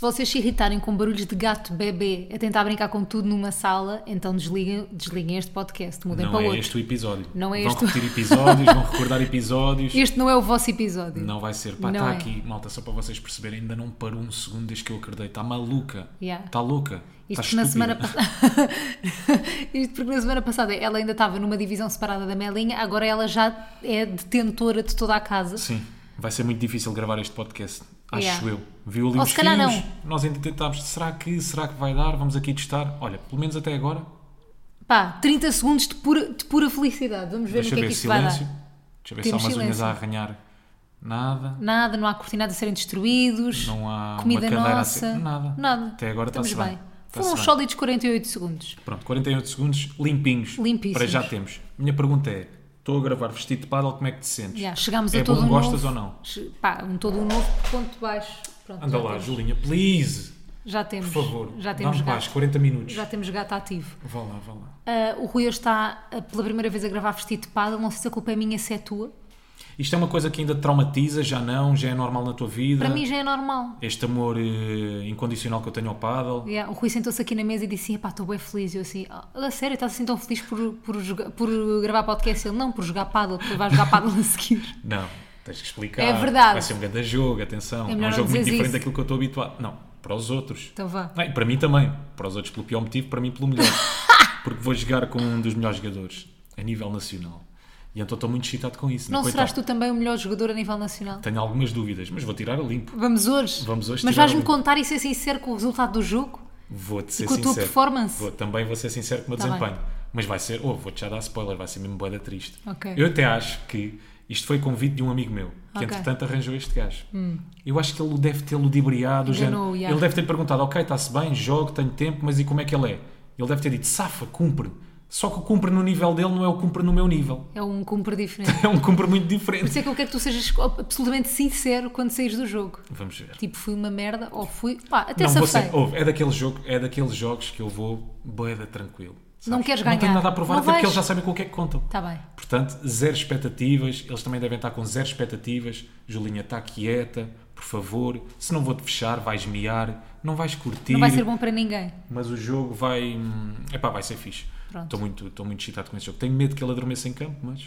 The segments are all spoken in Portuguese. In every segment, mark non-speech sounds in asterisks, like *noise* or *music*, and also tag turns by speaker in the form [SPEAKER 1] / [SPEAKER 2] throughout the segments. [SPEAKER 1] vocês se irritarem com barulhos de gato bebê a tentar brincar com tudo numa sala, então desliguem, desliguem este podcast, mudem
[SPEAKER 2] Não
[SPEAKER 1] para
[SPEAKER 2] é
[SPEAKER 1] Então, outro.
[SPEAKER 2] este o episódio.
[SPEAKER 1] Não é
[SPEAKER 2] vão
[SPEAKER 1] este o-
[SPEAKER 2] repetir episódios, vão
[SPEAKER 1] *laughs*
[SPEAKER 2] recordar episódios.
[SPEAKER 1] Este não é o vosso episódio.
[SPEAKER 2] Não tá vai ser. Pá,
[SPEAKER 1] Não
[SPEAKER 2] está
[SPEAKER 1] é.
[SPEAKER 2] aqui, malta, só para vocês perceberem, ainda não parou um segundo desde que eu acordei. Está maluca. Está
[SPEAKER 1] Yeah.
[SPEAKER 2] louca.
[SPEAKER 1] Isto
[SPEAKER 2] Está
[SPEAKER 1] porque, na
[SPEAKER 2] estúpida. *laughs*
[SPEAKER 1] semana passada... *laughs* Isto porque na semana passada ela ainda estava numa divisão separada da Melinha, agora ela já é detentora de toda a casa.
[SPEAKER 2] Sim, vai ser muito difícil gravar este podcast. Acho
[SPEAKER 1] Yeah.
[SPEAKER 2] eu. Viu ali
[SPEAKER 1] Ou
[SPEAKER 2] os
[SPEAKER 1] se calhar
[SPEAKER 2] fios, Nós ainda tentámos. Será que, será que vai dar? Vamos aqui testar. Olha, pelo menos até agora.
[SPEAKER 1] Pá, 30 segundos de pura, de pura felicidade. Vamos ver
[SPEAKER 2] Deixa
[SPEAKER 1] o que
[SPEAKER 2] ver
[SPEAKER 1] é que isto vai
[SPEAKER 2] silêncio.
[SPEAKER 1] dar.
[SPEAKER 2] Deixa ver se há
[SPEAKER 1] Temos
[SPEAKER 2] umas unhas
[SPEAKER 1] silêncio.
[SPEAKER 2] a arranhar. Nada.
[SPEAKER 1] Nada, não há cortinados a serem destruídos.
[SPEAKER 2] Não há
[SPEAKER 1] comida
[SPEAKER 2] uma cadeira a
[SPEAKER 1] nossa.
[SPEAKER 2] ser. Nada.
[SPEAKER 1] Nada.
[SPEAKER 2] Até agora
[SPEAKER 1] Estamos
[SPEAKER 2] está-se
[SPEAKER 1] bem.
[SPEAKER 2] bem. Está-se
[SPEAKER 1] Foram uns
[SPEAKER 2] bem.
[SPEAKER 1] sólidos 48 segundos.
[SPEAKER 2] Pronto, 48 segundos limpinhos.
[SPEAKER 1] Limpíssimos.
[SPEAKER 2] Para já temos. Minha pergunta é: estou a gravar vestido de paddle, como é que te sentes?
[SPEAKER 1] Já, chegámos
[SPEAKER 2] é
[SPEAKER 1] a todo
[SPEAKER 2] bom,
[SPEAKER 1] um
[SPEAKER 2] gostas
[SPEAKER 1] novo.
[SPEAKER 2] ou não?
[SPEAKER 1] Che- Pá, um todo um novo ponto baixo. Pronto,
[SPEAKER 2] Anda
[SPEAKER 1] já
[SPEAKER 2] lá,
[SPEAKER 1] temos.
[SPEAKER 2] Julinha, please.
[SPEAKER 1] Já temos.
[SPEAKER 2] Por favor.
[SPEAKER 1] Já temos
[SPEAKER 2] Dá-me um
[SPEAKER 1] gato.
[SPEAKER 2] paz, 40 minutos.
[SPEAKER 1] Já temos gato ativo.
[SPEAKER 2] Vá lá, vá lá.
[SPEAKER 1] Ah, o Rui hoje está ah, pela primeira vez a gravar vestido de pada. Não sei se a culpa é minha, se é tua.
[SPEAKER 2] Isto é uma coisa que ainda te traumatiza, já não, já é normal na tua vida.
[SPEAKER 1] Para mim já é normal.
[SPEAKER 2] Este amor eh, incondicional que eu tenho ao paddle.
[SPEAKER 1] Yeah, o Rui sentou-se aqui na mesa e disse: Pá, estou bem feliz. E eu assim: "Ah, A sério, estás assim tão feliz por, por, joga- por gravar podcast? Ele não, por jogar paddle, porque vai jogar paddle a
[SPEAKER 2] *laughs*
[SPEAKER 1] seguir.
[SPEAKER 2] Não, tens que explicar.
[SPEAKER 1] É verdade.
[SPEAKER 2] Vai ser um grande jogo, atenção.
[SPEAKER 1] É
[SPEAKER 2] É,
[SPEAKER 1] melhor não
[SPEAKER 2] um jogo muito
[SPEAKER 1] dizeres
[SPEAKER 2] diferente
[SPEAKER 1] isso.
[SPEAKER 2] daquilo que eu estou habituado. Não, para os outros.
[SPEAKER 1] Então vá.
[SPEAKER 2] Bem, para mim também. Para os outros pelo pior motivo, para mim
[SPEAKER 1] *laughs*
[SPEAKER 2] pelo melhor. Porque vou jogar com um dos melhores jogadores a nível nacional. E então estou muito excitado com isso. né?
[SPEAKER 1] Não serás
[SPEAKER 2] Coitado.
[SPEAKER 1] tu também o melhor jogador a nível nacional?
[SPEAKER 2] Tenho algumas dúvidas, mas vou tirar a limpo.
[SPEAKER 1] Vamos hoje?
[SPEAKER 2] Vamos hoje
[SPEAKER 1] Mas
[SPEAKER 2] tirar
[SPEAKER 1] vais-me
[SPEAKER 2] um-
[SPEAKER 1] contar e ser sincero com o resultado do jogo?
[SPEAKER 2] Vou-te ser
[SPEAKER 1] com a tua
[SPEAKER 2] sincero.
[SPEAKER 1] performance?
[SPEAKER 2] Vou- também vou ser sincero com o meu
[SPEAKER 1] Tá
[SPEAKER 2] desempenho. Mas vai ser, oh, vou-te já dar spoiler, vai ser mesmo boeda triste.
[SPEAKER 1] Ok.
[SPEAKER 2] Eu até acho que isto foi convite de um amigo meu, que
[SPEAKER 1] Ok. Hum.
[SPEAKER 2] entretanto arranjou este gajo. Eu acho que ele o deve ter ludibriado. o género-
[SPEAKER 1] Enganou, yeah.
[SPEAKER 2] Ele deve ter perguntado, ok, está-se bem, jogo, tenho tempo, mas e como é que ele é? Ele deve ter dito, safa, cumpre. Só que o cumpre no nível dele não é o cumpre no meu nível. *laughs*
[SPEAKER 1] É um cumpre diferente.
[SPEAKER 2] É um cumpre muito
[SPEAKER 1] Por
[SPEAKER 2] diferente.
[SPEAKER 1] isso é que eu quero que tu sejas absolutamente sincero quando saís do jogo.
[SPEAKER 2] Vamos ver.
[SPEAKER 1] Tipo, fui uma merda ou fui. Pá, a
[SPEAKER 2] Não vou
[SPEAKER 1] terça-feira.
[SPEAKER 2] ser, ouve, é, daquele jogo, é daqueles jogos que eu vou boeda tranquilo.
[SPEAKER 1] Não
[SPEAKER 2] sabes?
[SPEAKER 1] queres
[SPEAKER 2] Não tenho
[SPEAKER 1] ganhar.
[SPEAKER 2] nada a provar,
[SPEAKER 1] Não
[SPEAKER 2] até porque
[SPEAKER 1] vais.
[SPEAKER 2] eles já sabem com o que é que contam.
[SPEAKER 1] Tá bem.
[SPEAKER 2] Portanto, zero expectativas, eles também devem estar com zero expectativas. Julinha, está quieta, por favor. Se não vou-te fechar, vais miar, não vais curtir.
[SPEAKER 1] Não vai ser bom para ninguém.
[SPEAKER 2] Mas o jogo vai. hum, Epá, vai ser fixe.
[SPEAKER 1] Pronto.
[SPEAKER 2] Estou muito, estou muito excitado com esse jogo. Tenho medo que ele adormeça em campo,
[SPEAKER 1] *laughs*
[SPEAKER 2] mas.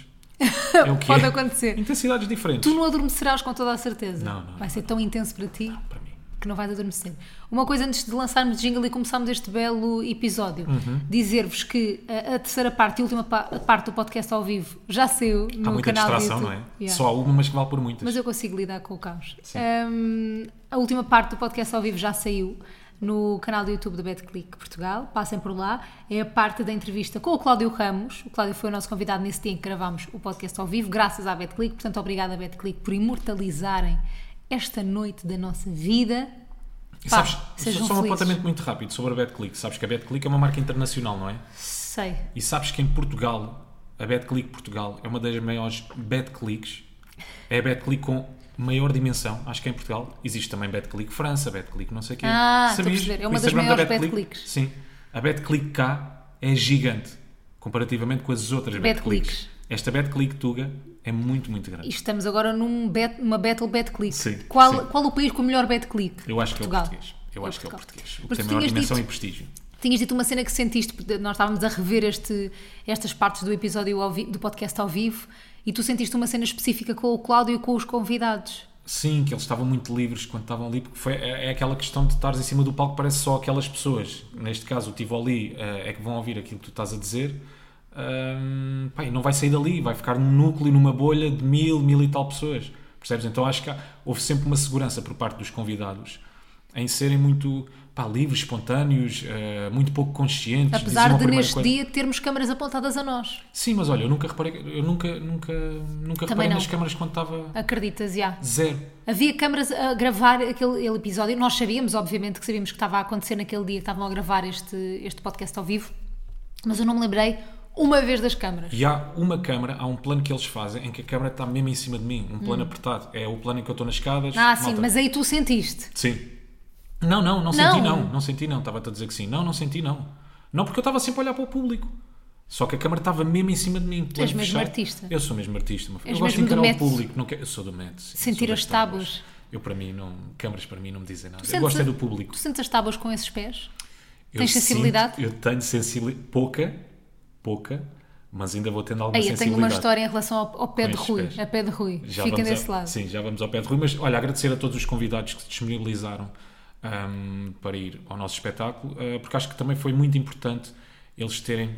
[SPEAKER 2] É o que
[SPEAKER 1] Pode
[SPEAKER 2] é.
[SPEAKER 1] acontecer.
[SPEAKER 2] Intensidades diferentes.
[SPEAKER 1] Tu não adormecerás com toda a certeza.
[SPEAKER 2] Não, não,
[SPEAKER 1] Vai ser tão intenso para ti
[SPEAKER 2] Para mim.
[SPEAKER 1] que não vais adormecer. Uma coisa antes de lançarmos jingle e começarmos este belo episódio,
[SPEAKER 2] Uhum.
[SPEAKER 1] dizer-vos que a, a terceira parte e última pa- parte do podcast ao vivo já saiu
[SPEAKER 2] Há
[SPEAKER 1] no
[SPEAKER 2] muita
[SPEAKER 1] canal
[SPEAKER 2] distração,
[SPEAKER 1] do
[SPEAKER 2] não
[SPEAKER 1] YouTube.
[SPEAKER 2] é?
[SPEAKER 1] Yeah.
[SPEAKER 2] Só há uma, mas que vale por muitas.
[SPEAKER 1] Mas eu consigo lidar com o caos.
[SPEAKER 2] Sim.
[SPEAKER 1] Hum, a última parte do podcast ao vivo já saiu no canal do YouTube da BetClick Portugal. Passem por lá. É a parte da entrevista com o Cláudio Ramos. O Cláudio foi o nosso convidado nesse dia em que gravámos o podcast ao vivo, graças à BetClick. Portanto, obrigada, BetClick, por imortalizarem esta noite da nossa vida.
[SPEAKER 2] E
[SPEAKER 1] Pá,
[SPEAKER 2] sabes,
[SPEAKER 1] sejam
[SPEAKER 2] só um
[SPEAKER 1] felizes.
[SPEAKER 2] apontamento muito rápido sobre a BetClick. Sabes que a BetClick é uma marca internacional, não é?
[SPEAKER 1] Sei.
[SPEAKER 2] E sabes que em Portugal, a BetClick Portugal é uma das maiores BetClicks. É a BetClick com maior dimensão, acho que em Portugal. Existe também BetClick França, BetClick não sei o quê.
[SPEAKER 1] Ah, estou a
[SPEAKER 2] Sabias?
[SPEAKER 1] perceber. É
[SPEAKER 2] O
[SPEAKER 1] uma das
[SPEAKER 2] Instagram da
[SPEAKER 1] maiores
[SPEAKER 2] BetClick,
[SPEAKER 1] BetClicks.
[SPEAKER 2] Sim. A BetClick cá é gigante, comparativamente com as outras
[SPEAKER 1] BetClicks.
[SPEAKER 2] BetClicks. Esta BetClick Tuga é muito, muito grande.
[SPEAKER 1] E estamos agora num bet, numa Battle BetClick.
[SPEAKER 2] Sim,
[SPEAKER 1] qual,
[SPEAKER 2] sim.
[SPEAKER 1] qual o país com o melhor BetClick?
[SPEAKER 2] Eu acho que é o
[SPEAKER 1] Portugal.
[SPEAKER 2] português. Eu
[SPEAKER 1] É
[SPEAKER 2] acho que é o
[SPEAKER 1] Portugal.
[SPEAKER 2] português. O que
[SPEAKER 1] Mas
[SPEAKER 2] tem
[SPEAKER 1] tu
[SPEAKER 2] maior
[SPEAKER 1] tinhas
[SPEAKER 2] dimensão
[SPEAKER 1] dito-
[SPEAKER 2] e prestígio.
[SPEAKER 1] Tinhas dito uma cena que sentiste, porque nós estávamos a rever este, estas partes do episódio ao vi- do podcast ao vivo e tu sentiste uma cena específica com o Cláudio e com os convidados.
[SPEAKER 2] Sim, que eles estavam muito livres quando estavam ali, porque foi, é, é aquela questão de estares em cima do palco, parece só aquelas pessoas. Neste caso, o Tivoli eh, é que vão ouvir aquilo que tu estás a dizer. Ahm, pá, e não vai sair dali, vai ficar num núcleo, numa bolha de mil, mil e tal pessoas. Percebes? Então acho que há- houve sempre uma segurança por parte dos convidados em serem muito pá, livres, espontâneos, eh, muito pouco conscientes. diziam
[SPEAKER 1] Apesar
[SPEAKER 2] a
[SPEAKER 1] de
[SPEAKER 2] primeira
[SPEAKER 1] neste
[SPEAKER 2] coisa-
[SPEAKER 1] dia termos câmaras apontadas a nós.
[SPEAKER 2] Sim, mas olha, eu nunca reparei, eu nunca, nunca, nunca reparei
[SPEAKER 1] não.
[SPEAKER 2] nas câmaras quando estava
[SPEAKER 1] Acreditas, já.
[SPEAKER 2] zero.
[SPEAKER 1] Havia câmaras a gravar aquele, aquele episódio. Nós sabíamos, obviamente, que sabíamos que estava a acontecer naquele dia que estavam a gravar este, este podcast ao vivo, mas eu não me lembrei uma vez das câmaras.
[SPEAKER 2] E há uma câmara, há um plano que eles fazem em que a câmara está mesmo em cima de mim, um plano apertado. É o plano em que eu estou nas escadas.
[SPEAKER 1] Hum. Ah, sim,
[SPEAKER 2] malta.
[SPEAKER 1] mas aí tu sentiste.
[SPEAKER 2] Sim. Não, não, não senti
[SPEAKER 1] Não.
[SPEAKER 2] não. Não senti não. Estava-te a dizer que sim. Não, não senti não. Não, porque eu estava sempre a olhar para o público. Só que a câmara estava mesmo em cima de mim. plano
[SPEAKER 1] mesmo
[SPEAKER 2] fechado.
[SPEAKER 1] artista.
[SPEAKER 2] Eu sou mesmo artista. meu filho.
[SPEAKER 1] És
[SPEAKER 2] eu gosto de
[SPEAKER 1] mesmo do
[SPEAKER 2] encarar o
[SPEAKER 1] Met.
[SPEAKER 2] público. Não quero... Eu sou do Met. sim.
[SPEAKER 1] Sentir
[SPEAKER 2] Sou das
[SPEAKER 1] as tábuas.
[SPEAKER 2] Eu, para mim, não, câmaras para mim não me dizem nada.
[SPEAKER 1] Tu
[SPEAKER 2] Eu gosto é
[SPEAKER 1] sentes-
[SPEAKER 2] do público.
[SPEAKER 1] Tu sentes as tábuas com esses pés?
[SPEAKER 2] Eu
[SPEAKER 1] Tens sensibilidade?
[SPEAKER 2] sinto- eu tenho sensibilidade. Pouca, pouca, mas ainda vou tendo alguma
[SPEAKER 1] Aí, eu tenho uma
[SPEAKER 2] sensibilidade.
[SPEAKER 1] história em relação ao, ao pé
[SPEAKER 2] Com
[SPEAKER 1] de
[SPEAKER 2] esses
[SPEAKER 1] Rui.
[SPEAKER 2] pés.
[SPEAKER 1] A pé de Rui.
[SPEAKER 2] Já
[SPEAKER 1] Fiquem
[SPEAKER 2] vamos ao-
[SPEAKER 1] desse lado.
[SPEAKER 2] Sim, já vamos ao pé de Rui. Mas olha, agradecer a todos os convidados que se disponibilizaram ahm, para ir ao nosso espetáculo, ah, porque acho que também foi muito importante eles terem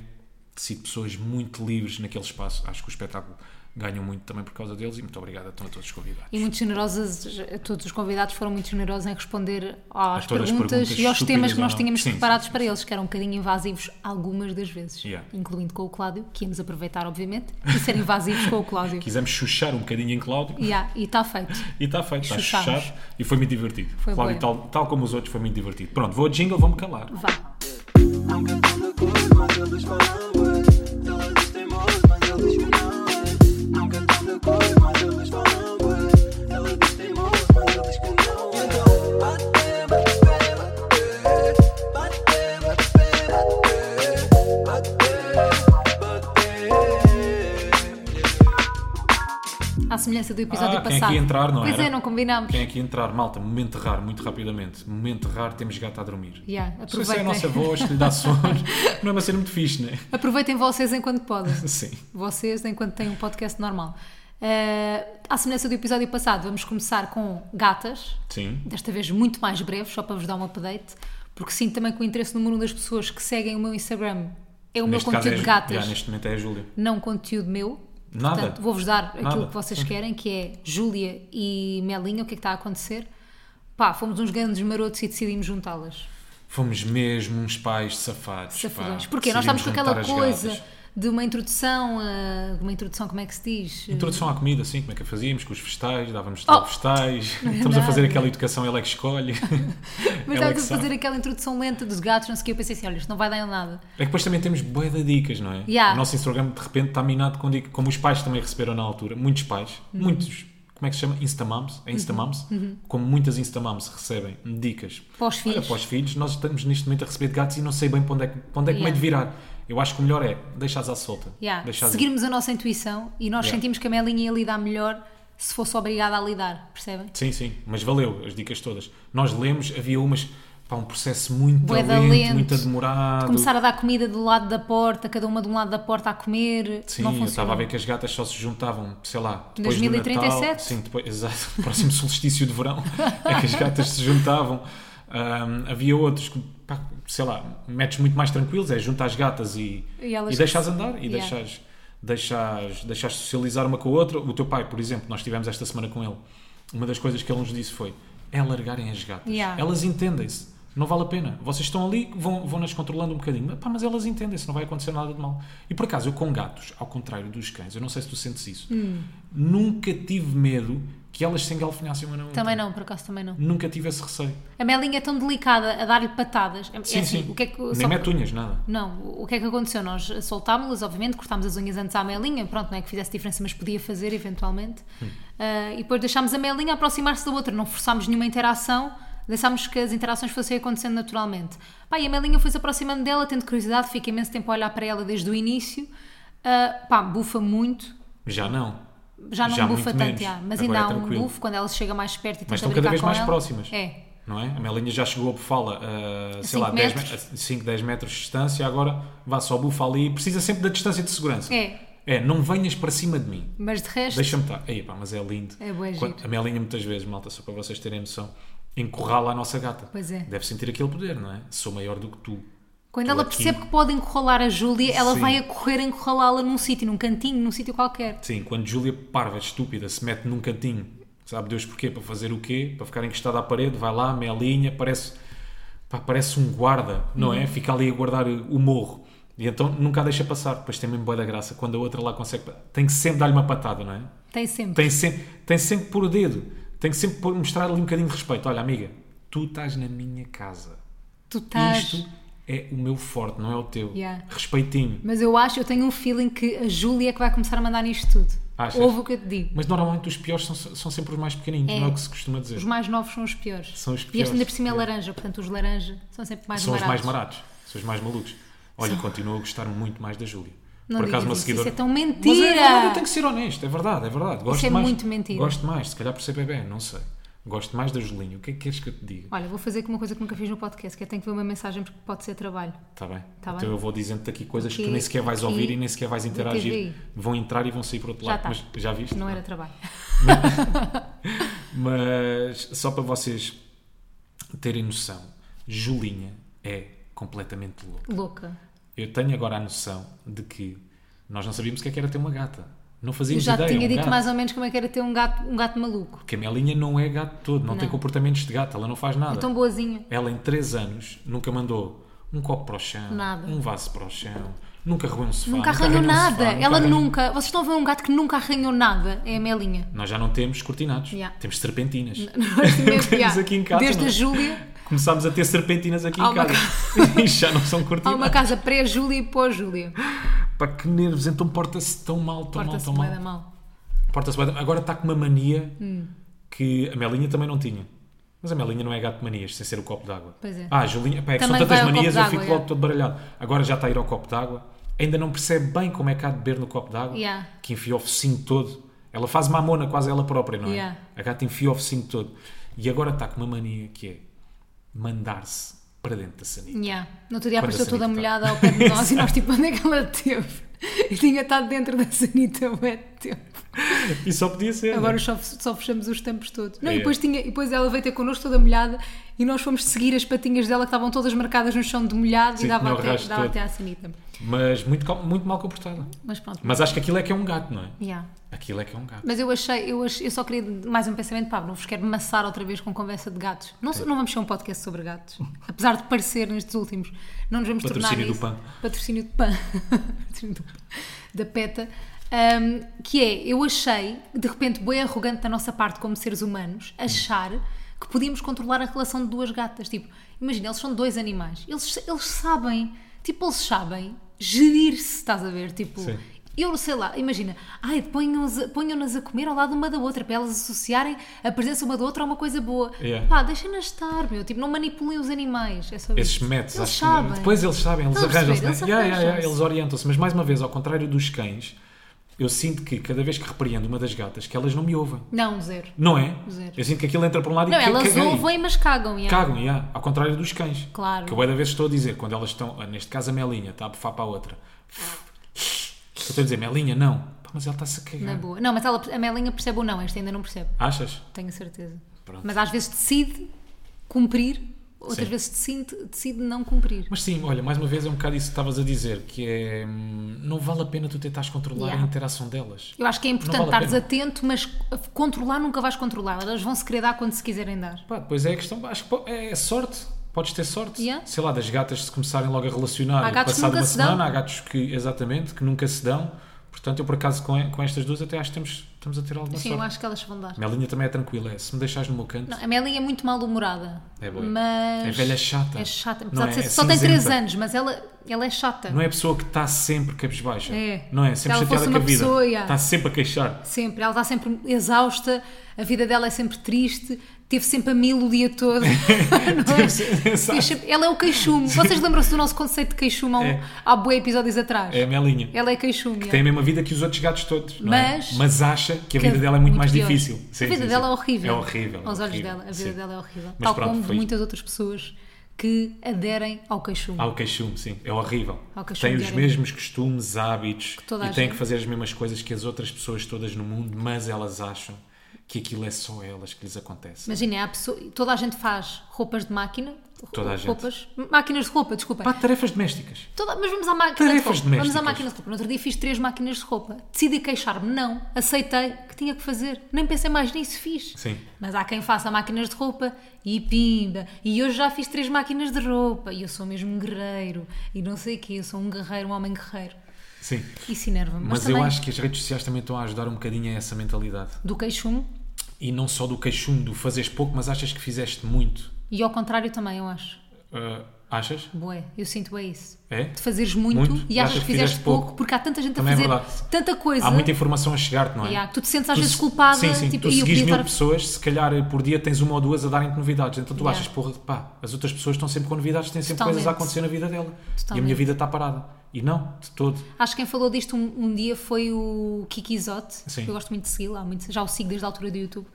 [SPEAKER 2] sido pessoas muito livres naquele espaço. Acho que o espetáculo ganhou muito também por causa deles e muito obrigado então, a todos os convidados.
[SPEAKER 1] E muito generosas, todos os convidados foram muito generosos em responder às
[SPEAKER 2] A todas as
[SPEAKER 1] perguntas,
[SPEAKER 2] perguntas,
[SPEAKER 1] e aos temas
[SPEAKER 2] estúpidas
[SPEAKER 1] que nós
[SPEAKER 2] ou não.
[SPEAKER 1] tínhamos
[SPEAKER 2] Sim,
[SPEAKER 1] preparados
[SPEAKER 2] sim, sim,
[SPEAKER 1] para eles, que eram um bocadinho invasivos algumas das vezes,
[SPEAKER 2] Yeah.
[SPEAKER 1] incluindo com o Cláudio, que íamos aproveitar, obviamente, e ser invasivos com o
[SPEAKER 2] *laughs*
[SPEAKER 1] Cláudio.
[SPEAKER 2] Quisemos chuchar um bocadinho em Cláudio
[SPEAKER 1] *laughs* Yeah, e está feito.
[SPEAKER 2] e está feito, está
[SPEAKER 1] Chuchámos.
[SPEAKER 2] chuchado e foi muito divertido.
[SPEAKER 1] Foi
[SPEAKER 2] Cláudio,
[SPEAKER 1] bué.
[SPEAKER 2] tal, tal como os outros, foi muito divertido. Pronto, vou a jingle, vou-me calar.
[SPEAKER 1] Vá.
[SPEAKER 3] Nunca tô na cor, mas eles falam ué. Ela diz teimoso, mas ele diz que não é. Nunca tô na cor, mas eles falam ué. Ela diz teimoso, mas ele diz que não é. Então, bate, bate, bate, bate, bate, bate, bate, bate.
[SPEAKER 1] À semelhança do episódio
[SPEAKER 2] Ah, quem
[SPEAKER 1] passado.
[SPEAKER 2] aqui entrar, não
[SPEAKER 1] pois
[SPEAKER 2] era?
[SPEAKER 1] é, não combinámos.
[SPEAKER 2] Quem aqui entrar, malta, momento de errar, muito rapidamente. Momento de errar, temos gato a dormir.
[SPEAKER 1] Yeah,
[SPEAKER 2] Se fosse a
[SPEAKER 1] aproveitem.
[SPEAKER 2] nossa voz que
[SPEAKER 1] *laughs*
[SPEAKER 2] lhe dá sono, não é uma cena muito fixe, né?
[SPEAKER 1] aproveitem vocês enquanto podem.
[SPEAKER 2] Sim.
[SPEAKER 1] vocês enquanto têm um podcast normal. Eh, à semelhança do episódio passado, vamos começar com gatas,
[SPEAKER 2] Sim.
[SPEAKER 1] desta vez muito mais breve, só para vos dar um update, porque sinto também que o interesse número um das pessoas que seguem o meu Instagram é o meu conteúdo
[SPEAKER 2] é,
[SPEAKER 1] de gatas,
[SPEAKER 2] já, neste momento é a Júlia.
[SPEAKER 1] não conteúdo meu.
[SPEAKER 2] Nada.
[SPEAKER 1] Portanto, vou-vos dar aquilo
[SPEAKER 2] Nada.
[SPEAKER 1] que vocês
[SPEAKER 2] Sim.
[SPEAKER 1] querem, que é Júlia e Melinha, o que é que está a acontecer. Pá, fomos uns grandes marotos e decidimos juntá-las.
[SPEAKER 2] Fomos mesmo uns pais safados.
[SPEAKER 1] Safadões.
[SPEAKER 2] pá.
[SPEAKER 1] Porque nós estamos com
[SPEAKER 2] Decidimos juntar
[SPEAKER 1] aquela
[SPEAKER 2] as
[SPEAKER 1] coisa
[SPEAKER 2] gatas.
[SPEAKER 1] de uma introdução, eh, uma introdução, como é que se diz? Eh,
[SPEAKER 2] Introdução à comida, sim, como é que a fazíamos? Com os vegetais, dávamos
[SPEAKER 1] Oh!
[SPEAKER 2] vegetais.
[SPEAKER 1] é
[SPEAKER 2] Estamos a fazer
[SPEAKER 1] nada.
[SPEAKER 2] aquela educação, ela é que escolhe.
[SPEAKER 1] Mas
[SPEAKER 2] ela é
[SPEAKER 1] estávamos
[SPEAKER 2] que
[SPEAKER 1] a
[SPEAKER 2] sabe.
[SPEAKER 1] fazer aquela introdução lenta dos gatos, não sei o que. Eu pensei assim: olha, isto não vai dar em nada.
[SPEAKER 2] É que depois também temos bué de dicas, não é?
[SPEAKER 1] Yeah.
[SPEAKER 2] O nosso Instagram de repente está minado com dicas, como os pais também receberam na altura. Muitos pais,
[SPEAKER 1] Uhum.
[SPEAKER 2] muitos, como é que se chama? Instamams, é Instamams? Como muitas Instamams recebem dicas
[SPEAKER 1] Para os filhos.
[SPEAKER 2] Olha, para os filhos, nós estamos neste momento a receber de gatos e não sei bem para onde é, que- para onde é que me é de virar. Eu acho que o melhor é deixares à solta.
[SPEAKER 1] Yeah.
[SPEAKER 2] Deixares-
[SPEAKER 1] Seguirmos a nossa intuição e nós
[SPEAKER 2] Yeah.
[SPEAKER 1] sentimos que a Melinha ia lidar melhor se fosse obrigada a lidar, percebem?
[SPEAKER 2] Sim, sim, mas valeu as dicas todas. Nós lemos, havia umas, pá, um processo muito
[SPEAKER 1] Bué
[SPEAKER 2] lento,
[SPEAKER 1] da lento.
[SPEAKER 2] muito demorado.
[SPEAKER 1] Começar a dar comida do lado da porta, cada uma de um lado da porta a comer.
[SPEAKER 2] Sim,
[SPEAKER 1] não
[SPEAKER 2] eu estava
[SPEAKER 1] funciona.
[SPEAKER 2] a ver que as gatas só se juntavam, sei lá, depois
[SPEAKER 1] 2037?
[SPEAKER 2] do Natal. Sim, depois, exato, *laughs* no próximo solstício de verão *laughs* é que as gatas se juntavam. Ahm, havia outros que, pá, sei lá, métodos muito mais tranquilos, é juntar as gatas e,
[SPEAKER 1] E elas-
[SPEAKER 2] deixas andar e
[SPEAKER 1] Yeah.
[SPEAKER 2] deixas, deixas, deixas socializar uma com a outra. O teu pai, por exemplo, nós tivemos esta semana com ele, uma das coisas que ele nos disse foi, é largarem as gatas,
[SPEAKER 1] Yeah.
[SPEAKER 2] elas entendem-se. Não vale a pena. Vocês estão ali, vão, vão nas controlando um bocadinho. Mas, pá, mas elas entendem-se, não vai acontecer nada de mal. E por acaso, eu com gatos, ao contrário dos cães, eu não sei se tu sentes isso,
[SPEAKER 1] Hum.
[SPEAKER 2] nunca tive medo que elas se engalfinhassem uma na outra.
[SPEAKER 1] Também não, por acaso também não.
[SPEAKER 2] Nunca tive esse receio.
[SPEAKER 1] A Melinha é tão delicada a dar-lhe patadas. É- é
[SPEAKER 2] Sim,
[SPEAKER 1] assim,
[SPEAKER 2] sim.
[SPEAKER 1] O que é que,
[SPEAKER 2] Nem
[SPEAKER 1] só-
[SPEAKER 2] mete unhas, nada.
[SPEAKER 1] Não, o que é que aconteceu? Nós soltámos-las, obviamente, cortámos as unhas antes à melinha, pronto, não é que fizesse diferença, mas podia fazer eventualmente.
[SPEAKER 2] Hum.
[SPEAKER 1] Ah, e depois deixámos a melinha aproximar-se da outra, não forçámos nenhuma interação, deixámos que as interações fossem acontecendo naturalmente. Pá, e a melinha foi-se aproximando dela, tendo curiosidade, fica imenso tempo a olhar para ela desde o início. Ah, pá, bufa muito,
[SPEAKER 2] Já não.
[SPEAKER 1] já não
[SPEAKER 2] Já
[SPEAKER 1] bufa
[SPEAKER 2] muito
[SPEAKER 1] tanto,
[SPEAKER 2] menos.
[SPEAKER 1] já, mas
[SPEAKER 2] Agora
[SPEAKER 1] ainda
[SPEAKER 2] é
[SPEAKER 1] há um
[SPEAKER 2] tranquilo.
[SPEAKER 1] bufo quando ela se chega mais perto e tenta
[SPEAKER 2] Mas estão
[SPEAKER 1] brincar
[SPEAKER 2] cada vez
[SPEAKER 1] com
[SPEAKER 2] mais
[SPEAKER 1] ela.
[SPEAKER 2] próximas.
[SPEAKER 1] É,
[SPEAKER 2] Não é? A Melinha já chegou a bufala, ah, sei
[SPEAKER 1] cinco
[SPEAKER 2] lá, 10
[SPEAKER 1] metros.
[SPEAKER 2] me- a 5, 10 metros de distância, agora vá só bufa ali e precisa sempre da distância de segurança.
[SPEAKER 1] É.
[SPEAKER 2] É, não venhas para cima de mim.
[SPEAKER 1] mas de resto,
[SPEAKER 2] Deixa-me estar. Aí, pá, mas é lindo.
[SPEAKER 1] É bué
[SPEAKER 2] Quando-
[SPEAKER 1] giro.
[SPEAKER 2] A Melinha muitas vezes, malta, só para vocês terem noção, encurrala a nossa gata.
[SPEAKER 1] Pois é.
[SPEAKER 2] Deve sentir aquele poder, não é? Sou maior do que tu.
[SPEAKER 1] Quando
[SPEAKER 2] Estou
[SPEAKER 1] ela
[SPEAKER 2] aqui.
[SPEAKER 1] percebe que pode encurralar a Júlia, ela
[SPEAKER 2] Sim.
[SPEAKER 1] vai a correr a encurralá-la num sítio, num cantinho, num sítio qualquer.
[SPEAKER 2] Sim, quando Júlia Parva, estúpida, se mete num cantinho, sabe Deus porquê? Para fazer o quê? Para ficar encostada à parede, vai lá, melinha, parece, pá, parece um guarda, não
[SPEAKER 1] Uhum.
[SPEAKER 2] é? Fica ali a guardar o morro. E então nunca a deixa passar, depois tem mesmo boa da graça. Quando a outra lá consegue. pa- Tem que sempre dar-lhe uma patada, não é?
[SPEAKER 1] Tem sempre.
[SPEAKER 2] Tem sempre, tem sempre que pôr o dedo, tem que sempre pôr- mostrar-lhe um bocadinho de respeito. Olha, amiga, tu estás na minha casa.
[SPEAKER 1] Tu estás.
[SPEAKER 2] Isto é o meu forte, não é o teu.
[SPEAKER 1] Yeah.
[SPEAKER 2] Respeitinho.
[SPEAKER 1] Mas eu acho, eu tenho um feeling que a Júlia é que vai começar a mandar nisto tudo.
[SPEAKER 2] Achas?
[SPEAKER 1] Ouve o que eu te digo.
[SPEAKER 2] Mas normalmente os piores são, são sempre os mais pequeninos,
[SPEAKER 1] É.
[SPEAKER 2] não é o que se costuma dizer.
[SPEAKER 1] Os mais novos são os piores.
[SPEAKER 2] São os
[SPEAKER 1] E este ainda
[SPEAKER 2] piores,
[SPEAKER 1] por cima é
[SPEAKER 2] é.
[SPEAKER 1] laranja, portanto os laranja são sempre mais
[SPEAKER 2] são os mais
[SPEAKER 1] baratos.
[SPEAKER 2] maratos, são os mais malucos. Olha, continuo a gostar muito mais da Júlia.
[SPEAKER 1] Não
[SPEAKER 2] Por
[SPEAKER 1] digas
[SPEAKER 2] acaso, uma
[SPEAKER 1] isso,
[SPEAKER 2] seguidora.
[SPEAKER 1] isso é tão
[SPEAKER 2] Mas é
[SPEAKER 1] mentira!
[SPEAKER 2] verdade, eu tenho que ser honesto, é verdade, é verdade. Gosto
[SPEAKER 1] é
[SPEAKER 2] mais,
[SPEAKER 1] muito mentira.
[SPEAKER 2] Gosto mais, se calhar por ser bebê, não sei. Gosto mais da Julinha. O que é que queres que eu te diga?
[SPEAKER 1] Olha, vou fazer aqui uma coisa que nunca fiz no podcast, que é tenho que ver uma mensagem porque pode ser trabalho.
[SPEAKER 2] Está bem?
[SPEAKER 1] Tá
[SPEAKER 2] então
[SPEAKER 1] bem.
[SPEAKER 2] eu vou dizendo-te aqui coisas que tu
[SPEAKER 1] Aqui,
[SPEAKER 2] nem sequer vais
[SPEAKER 1] aqui,
[SPEAKER 2] ouvir e nem sequer vais
[SPEAKER 1] do
[SPEAKER 2] interagir.
[SPEAKER 1] TVI.
[SPEAKER 2] Vão entrar e vão sair para o outro
[SPEAKER 1] Já
[SPEAKER 2] lado.
[SPEAKER 1] tá.
[SPEAKER 2] Mas já viste?
[SPEAKER 1] Não era trabalho. *laughs*
[SPEAKER 2] Mas só para vocês terem noção, Julinha é completamente louca.
[SPEAKER 1] Louca.
[SPEAKER 2] Eu tenho agora a noção de que nós não sabíamos o que é que era ter uma gata. Não
[SPEAKER 1] Eu
[SPEAKER 2] fazíamos
[SPEAKER 1] já te
[SPEAKER 2] ideia.
[SPEAKER 1] tinha
[SPEAKER 2] um
[SPEAKER 1] dito
[SPEAKER 2] gato.
[SPEAKER 1] mais ou menos como é que era ter um gato, um gato maluco.
[SPEAKER 2] Camelinha não é gato todo, não, tem
[SPEAKER 1] Não.
[SPEAKER 2] comportamentos de gato, ela não faz nada.
[SPEAKER 1] É tão boazinha.
[SPEAKER 2] Ela em 3 anos nunca mandou um copo para o chão,
[SPEAKER 1] Nada.
[SPEAKER 2] um vaso para o chão, nunca arranhou um sofá.
[SPEAKER 1] Nunca arranhou
[SPEAKER 2] um
[SPEAKER 1] nada.
[SPEAKER 2] sofá,
[SPEAKER 1] Ela
[SPEAKER 2] arranhou-
[SPEAKER 1] nunca. Vocês estão a ver um gato que nunca arranhou nada. É a Melinha. *laughs*
[SPEAKER 2] Nós já não temos cortinados,
[SPEAKER 1] Yeah.
[SPEAKER 2] temos serpentinas. *laughs*
[SPEAKER 1] Nós temos-
[SPEAKER 2] Temos aqui em casa,
[SPEAKER 1] Desde
[SPEAKER 2] não
[SPEAKER 1] a
[SPEAKER 2] é? *laughs*
[SPEAKER 1] Júlia,
[SPEAKER 2] Começámos a ter serpentinas aqui
[SPEAKER 1] Há
[SPEAKER 2] em
[SPEAKER 1] uma
[SPEAKER 2] casa. *laughs* e já não são
[SPEAKER 1] há uma
[SPEAKER 2] cortinados.
[SPEAKER 1] casa pré-Júlia e pós-Júlia.
[SPEAKER 2] Pá, que nervos, então porta-se tão mal, tão mal,
[SPEAKER 1] Porta-se
[SPEAKER 2] tão
[SPEAKER 1] bué da
[SPEAKER 2] mal.
[SPEAKER 1] mal.
[SPEAKER 2] Porta-se bué da- Agora está com uma mania
[SPEAKER 1] Hum.
[SPEAKER 2] que a Melinha também não tinha. Mas a Melinha não é gato de manias, sem ser o copo d'água.
[SPEAKER 1] Pois é.
[SPEAKER 2] Ah, a Julinha, pá, é que são
[SPEAKER 1] Também vai
[SPEAKER 2] tantas
[SPEAKER 1] ao copo
[SPEAKER 2] manias, eu
[SPEAKER 1] d'água,
[SPEAKER 2] fico
[SPEAKER 1] é.
[SPEAKER 2] logo todo baralhado. Agora já está a ir ao copo d'água, ainda não percebe bem como é que há de beber no copo d'água,
[SPEAKER 1] Yeah.
[SPEAKER 2] que enfia o focinho todo. Ela faz mamona quase ela própria, não é?
[SPEAKER 1] Yeah.
[SPEAKER 2] A gata enfia o focinho todo. E agora está com uma mania que é mandar-se para dentro da *laughs* sanita.
[SPEAKER 1] Yeah. No outro dia
[SPEAKER 2] Quando a
[SPEAKER 1] apareceu toda
[SPEAKER 2] sanita
[SPEAKER 1] molhada ao pé de
[SPEAKER 2] *laughs*
[SPEAKER 1] nós e nós tipo, onde é que ela teve? E tinha estado dentro da sanita bué de tempo.
[SPEAKER 2] E só podia ser. não é?
[SPEAKER 1] Agora só, só fechamos os tampos todos. Não,
[SPEAKER 2] É.
[SPEAKER 1] e, depois tinha, e depois ela veio ter connosco toda molhada e nós fomos seguir as patinhas dela que estavam todas marcadas no chão de molhado
[SPEAKER 2] Sim,
[SPEAKER 1] e
[SPEAKER 2] tinha
[SPEAKER 1] dava,
[SPEAKER 2] o
[SPEAKER 1] até,
[SPEAKER 2] rastro
[SPEAKER 1] dava
[SPEAKER 2] todo.
[SPEAKER 1] até à sanita.
[SPEAKER 2] Mas muito, cal- muito mal comportada.
[SPEAKER 1] Mas pronto.
[SPEAKER 2] Mas acho que aquilo é que é um gato, não é?
[SPEAKER 1] Yeah.
[SPEAKER 2] Aquilo é que é um gato.
[SPEAKER 1] Mas eu achei, eu, achei- eu só queria mais um pensamento, Pablo, não vos quero maçar outra vez com conversa de gatos. Não,
[SPEAKER 2] É.
[SPEAKER 1] não vamos ser um podcast sobre gatos, apesar de parecer nestes últimos. Não nos vamos tornar
[SPEAKER 2] Patrocínio do
[SPEAKER 1] nisso.
[SPEAKER 2] PAN.
[SPEAKER 1] Patrocínio do PAN. Patrocínio do PAN. Da PETA. Um, que é, eu achei, de repente, bem arrogante da nossa parte como seres humanos, achar que podíamos controlar a relação de duas gatas. Tipo, imagina, eles são dois animais. Eles, eles sabem, tipo, eles sabem gerir-se, estás a ver? Tipo,
[SPEAKER 2] Sim.
[SPEAKER 1] eu não sei lá, imagina, ai, ponham-nas ponham-nas a comer ao lado uma da outra para elas associarem a presença uma da outra a uma coisa boa.
[SPEAKER 2] Yeah.
[SPEAKER 1] Pá, deixem-nas estar, meu, tipo, não manipulem os animais. É só isso.
[SPEAKER 2] Esses métodos,
[SPEAKER 1] eles
[SPEAKER 2] acho
[SPEAKER 1] sabem.
[SPEAKER 2] que depois eles sabem, eles
[SPEAKER 1] Estão a perceber,
[SPEAKER 2] arranjam-se. né?
[SPEAKER 1] eles
[SPEAKER 2] Yeah, yeah, yeah,
[SPEAKER 1] arranjam-se.
[SPEAKER 2] eles orientam-se, mas mais uma vez, ao contrário dos cães, eu sinto que cada vez que repreendo uma das gatas, que elas não me ouvem.
[SPEAKER 1] Não, zero.
[SPEAKER 2] Não é?
[SPEAKER 1] Zero.
[SPEAKER 2] Eu sinto que aquilo entra para um lado
[SPEAKER 1] Não,
[SPEAKER 2] e que
[SPEAKER 1] elas
[SPEAKER 2] caguei.
[SPEAKER 1] ouvem, mas cagam. yeah.
[SPEAKER 2] Cagam, yeah, ao contrário dos cães.
[SPEAKER 1] Claro.
[SPEAKER 2] Que eu bué da vez estou a dizer, quando elas estão, ah, neste caso a Melinha, está a bufar para a outra. Eu estou a dizer, Melinha, não. Pá, mas ela está-se a
[SPEAKER 1] Na
[SPEAKER 2] cagar.
[SPEAKER 1] boa. Não, mas ela, a Melinha percebe ou não, esta ainda não percebe,
[SPEAKER 2] Achas?
[SPEAKER 1] tenho certeza.
[SPEAKER 2] Pronto.
[SPEAKER 1] Mas às vezes decide cumprir, outras
[SPEAKER 2] Sim.
[SPEAKER 1] vezes decide, decide não cumprir.
[SPEAKER 2] Mas sim, olha, mais uma vez é um bocado isso que estavas a dizer, que é. hum, Não vale a pena tu tentares controlar
[SPEAKER 1] Yeah.
[SPEAKER 2] a interação delas.
[SPEAKER 1] Eu acho que é importante
[SPEAKER 2] Não vale a
[SPEAKER 1] estares atento, mas controlar nunca vais controlar. Elas vão se querer dar quando se quiserem dar.
[SPEAKER 2] Pá, depois é a questão, acho que po- é sorte. Podes ter sorte.
[SPEAKER 1] Yeah.
[SPEAKER 2] Sei lá, das gatas se começarem logo a relacionar.
[SPEAKER 1] Há gatos que
[SPEAKER 2] passado
[SPEAKER 1] nunca
[SPEAKER 2] uma
[SPEAKER 1] se
[SPEAKER 2] semana,
[SPEAKER 1] dão.
[SPEAKER 2] há gatos que, exatamente, que nunca se dão. Portanto, eu por acaso com, e- com estas duas até acho que temos, estamos a ter alguma
[SPEAKER 1] Sim, eu
[SPEAKER 2] sorte.
[SPEAKER 1] acho que elas vão dar.
[SPEAKER 2] A Melinha também é tranquila, é, se me deixares no meu canto.
[SPEAKER 1] Não, a Melinha é muito mal-humorada.
[SPEAKER 2] É boa.
[SPEAKER 1] Mas...
[SPEAKER 2] É velha chata.
[SPEAKER 1] É chata.
[SPEAKER 2] Não
[SPEAKER 1] Apesar de ser,
[SPEAKER 2] é? É
[SPEAKER 1] só tem 3
[SPEAKER 2] cinzenta.
[SPEAKER 1] anos, mas ela, ela é chata.
[SPEAKER 2] Não é a pessoa que está sempre cabisbaixa.
[SPEAKER 1] É.
[SPEAKER 2] Não é?
[SPEAKER 1] Se
[SPEAKER 2] Sempre
[SPEAKER 1] ela
[SPEAKER 2] chateada
[SPEAKER 1] fosse
[SPEAKER 2] com a
[SPEAKER 1] uma
[SPEAKER 2] vida.
[SPEAKER 1] pessoa, yeah.
[SPEAKER 2] Está sempre a queixar.
[SPEAKER 1] Sempre. Ela está sempre exausta, a vida dela é sempre triste, teve sempre a mil o dia
[SPEAKER 2] *laughs*
[SPEAKER 1] todo. Não é? Teve sempre- ela é o queixume. Vocês lembram-se do nosso conceito de queixume há, um-
[SPEAKER 2] É.
[SPEAKER 1] há bué episódios atrás?
[SPEAKER 2] É a Melinha.
[SPEAKER 1] Ela é queixume. é.
[SPEAKER 2] Tem a mesma vida que os outros gatos todos. não é?
[SPEAKER 1] Mas-
[SPEAKER 2] Mas acha que a
[SPEAKER 1] Que
[SPEAKER 2] vida dela é muito, mais
[SPEAKER 1] pior.
[SPEAKER 2] difícil. Sim,
[SPEAKER 1] a vida
[SPEAKER 2] sim,
[SPEAKER 1] dela
[SPEAKER 2] sim.
[SPEAKER 1] é horrível.
[SPEAKER 2] É horrível.
[SPEAKER 1] Aos
[SPEAKER 2] é
[SPEAKER 1] olhos
[SPEAKER 2] horrível,
[SPEAKER 1] dela, a vida
[SPEAKER 2] sim.
[SPEAKER 1] dela é horrível.
[SPEAKER 2] Mas
[SPEAKER 1] Tal
[SPEAKER 2] pronto,
[SPEAKER 1] como de
[SPEAKER 2] foi-
[SPEAKER 1] muitas outras pessoas que aderem ao queixume.
[SPEAKER 2] Há o queixume, sim. É horrível.
[SPEAKER 1] Há o queixume
[SPEAKER 2] Tem os
[SPEAKER 1] diariamente.
[SPEAKER 2] mesmos costumes, hábitos
[SPEAKER 1] toda a
[SPEAKER 2] e tem
[SPEAKER 1] gente.
[SPEAKER 2] que fazer as mesmas coisas que as outras pessoas todas no mundo, mas elas acham que aquilo é só elas que lhes acontece.
[SPEAKER 1] Imagina, há pessoa, toda a gente faz roupas de máquina.
[SPEAKER 2] Toda a gente.
[SPEAKER 1] roupas, Máquinas de roupa, desculpa.
[SPEAKER 2] Pá, tarefas domésticas.
[SPEAKER 1] Toda- mas vamos à máquina
[SPEAKER 2] Tarefas
[SPEAKER 1] de roupa. Vamos à
[SPEAKER 2] domésticas.
[SPEAKER 1] máquina de roupa. No outro dia fiz três máquinas de roupa. Decidi queixar-me, não. Aceitei que tinha que fazer. Nem pensei mais nisso, fiz.
[SPEAKER 2] Sim.
[SPEAKER 1] Mas há quem faça máquinas de roupa e pimba. E hoje já fiz três máquinas de roupa. E eu sou mesmo um guerreiro. E não sei o quê. Eu sou um guerreiro, um homem guerreiro.
[SPEAKER 2] Sim.
[SPEAKER 1] Isso enerva-me.
[SPEAKER 2] Mas,
[SPEAKER 1] Mas, também
[SPEAKER 2] eu acho que as redes sociais também estão a ajudar um bocadinho a essa mentalidade.
[SPEAKER 1] do queixume.
[SPEAKER 2] E não só do queixume, do fazeres pouco, mas achas que fizeste muito.
[SPEAKER 1] E ao contrário também, eu acho.
[SPEAKER 2] Ah, achas?
[SPEAKER 1] Boé, eu sinto é isso.
[SPEAKER 2] É?
[SPEAKER 1] De fazeres muito,
[SPEAKER 2] Muito.
[SPEAKER 1] e achas que fizeste, pouco, porque há tanta gente
[SPEAKER 2] Também é
[SPEAKER 1] a fazer
[SPEAKER 2] verdade.
[SPEAKER 1] tanta coisa.
[SPEAKER 2] Há muita informação a chegar, não é?
[SPEAKER 1] é. e há- tu te sentes às
[SPEAKER 2] Tu
[SPEAKER 1] vezes
[SPEAKER 2] se-
[SPEAKER 1] culpada.
[SPEAKER 2] Sim, sim.
[SPEAKER 1] Tipo,
[SPEAKER 2] tu
[SPEAKER 1] "Ih, eu
[SPEAKER 2] seguis
[SPEAKER 1] podia
[SPEAKER 2] mil
[SPEAKER 1] estar a
[SPEAKER 2] pessoas, se calhar eh, por dia tens uma ou duas a darem-te novidades. Então tu
[SPEAKER 1] Yeah.
[SPEAKER 2] achas, porra, pá, as outras pessoas estão sempre com novidades, têm sempre
[SPEAKER 1] Totalmente.
[SPEAKER 2] coisas a acontecer na vida dela. E a
[SPEAKER 1] Totalmente.
[SPEAKER 2] minha vida está parada. E não, de todo.
[SPEAKER 1] Acho que quem falou disto um, um dia foi o Kikizote,
[SPEAKER 2] Sim.
[SPEAKER 1] que eu gosto muito de segui-lo, há muito- já o sigo desde a altura do YouTube.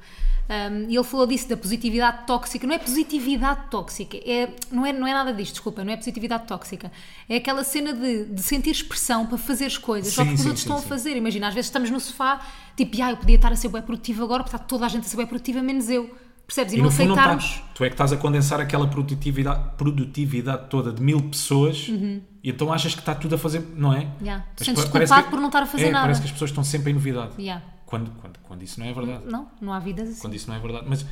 [SPEAKER 1] Um, e ele falou disso da positividade tóxica. Não é positividade tóxica, é, não, é, não é nada disto, desculpa, não é positividade tóxica. É aquela cena de, de sentir pressão para fazer as coisas, só
[SPEAKER 2] Sim,
[SPEAKER 1] porque os
[SPEAKER 2] sim,
[SPEAKER 1] outros
[SPEAKER 2] sim,
[SPEAKER 1] estão a
[SPEAKER 2] sim.
[SPEAKER 1] fazer. Imagina, às vezes estamos no sofá, tipo, ah, eu podia estar a ser bem produtivo agora, porque está toda a gente a ser bem produtiva, menos eu. Percebes? E,
[SPEAKER 2] E
[SPEAKER 1] não
[SPEAKER 2] no fundo não
[SPEAKER 1] aceitarmos.
[SPEAKER 2] estás. Tu é que estás a condensar aquela produtividade, produtividade toda de mil pessoas e então achas que está tudo a fazer, não é?
[SPEAKER 1] Uhum. Yeah. Tu
[SPEAKER 2] Mas
[SPEAKER 1] sentes
[SPEAKER 2] pa- parece
[SPEAKER 1] culpado por não estar a fazer
[SPEAKER 2] é,
[SPEAKER 1] nada.
[SPEAKER 2] Parece que as pessoas estão sempre em novidade.
[SPEAKER 1] Yeah.
[SPEAKER 2] Quando, quando, quando isso não é verdade.
[SPEAKER 1] Não, não há vidas assim.
[SPEAKER 2] Quando isso não é verdade. Mas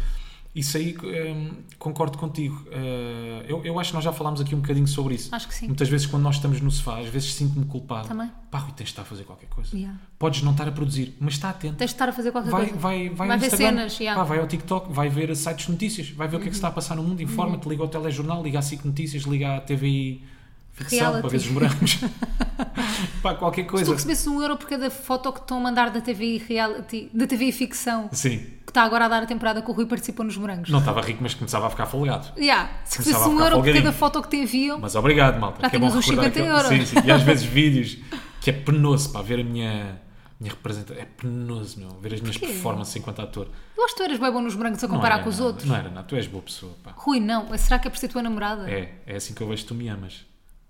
[SPEAKER 2] isso aí hum, concordo contigo. Eh, eu, eu acho que nós já falámos aqui um bocadinho sobre isso.
[SPEAKER 1] Acho que sim.
[SPEAKER 2] Muitas vezes quando nós estamos no sofá, às vezes sinto-me culpado.
[SPEAKER 1] Também.
[SPEAKER 2] Pá, Rui, tens de estar a fazer qualquer coisa.
[SPEAKER 1] Yeah.
[SPEAKER 2] Podes não estar a produzir, mas está atento.
[SPEAKER 1] Tens de estar a fazer qualquer
[SPEAKER 2] Vai,
[SPEAKER 1] coisa.
[SPEAKER 2] vai, vai, ao
[SPEAKER 1] ver
[SPEAKER 2] Instagram,
[SPEAKER 1] cenas. yeah. Uhum.
[SPEAKER 2] pá, vai ao TikTok, vai ver sites de notícias, vai ver o que é que se está a passar no mundo, informa-te, liga ao telejornal, liga à SIC Notícias, liga à TVI Ficção
[SPEAKER 1] Reality.
[SPEAKER 2] para ver os
[SPEAKER 1] *laughs*
[SPEAKER 2] morangos. pá, qualquer
[SPEAKER 1] Se tu
[SPEAKER 2] coisa.
[SPEAKER 1] recebesses um euro por cada foto que estão a mandar da TV reality, da TV ficção, que
[SPEAKER 2] Sim,
[SPEAKER 1] está agora a dar a temporada que o Rui participou nos morangos.
[SPEAKER 2] não estava rico, mas começava a ficar folgado.
[SPEAKER 1] Yeah, se recebesses
[SPEAKER 2] Começava a
[SPEAKER 1] um
[SPEAKER 2] ficar
[SPEAKER 1] euro por cada
[SPEAKER 2] folgadinho.
[SPEAKER 1] foto que te enviam,
[SPEAKER 2] Mas obrigado, malta.
[SPEAKER 1] Já
[SPEAKER 2] que é bom
[SPEAKER 1] temos uns
[SPEAKER 2] recordar
[SPEAKER 1] 50
[SPEAKER 2] aquele-
[SPEAKER 1] euros.
[SPEAKER 2] Sim, sim. E às vezes vídeos que é penoso, pá, ver a minha, minha representação. É penoso, meu, ver as minhas
[SPEAKER 1] Porquê?
[SPEAKER 2] performances enquanto ator.
[SPEAKER 1] eu acho que tu eras bem bom nos morangos a
[SPEAKER 2] Não
[SPEAKER 1] comparar
[SPEAKER 2] era
[SPEAKER 1] com os
[SPEAKER 2] nada,
[SPEAKER 1] outros.
[SPEAKER 2] Não era, não. Tu és boa pessoa, pá.
[SPEAKER 1] Rui, não. Mas Será que é por ser tua namorada?
[SPEAKER 2] É, é assim que eu vejo que tu me amas.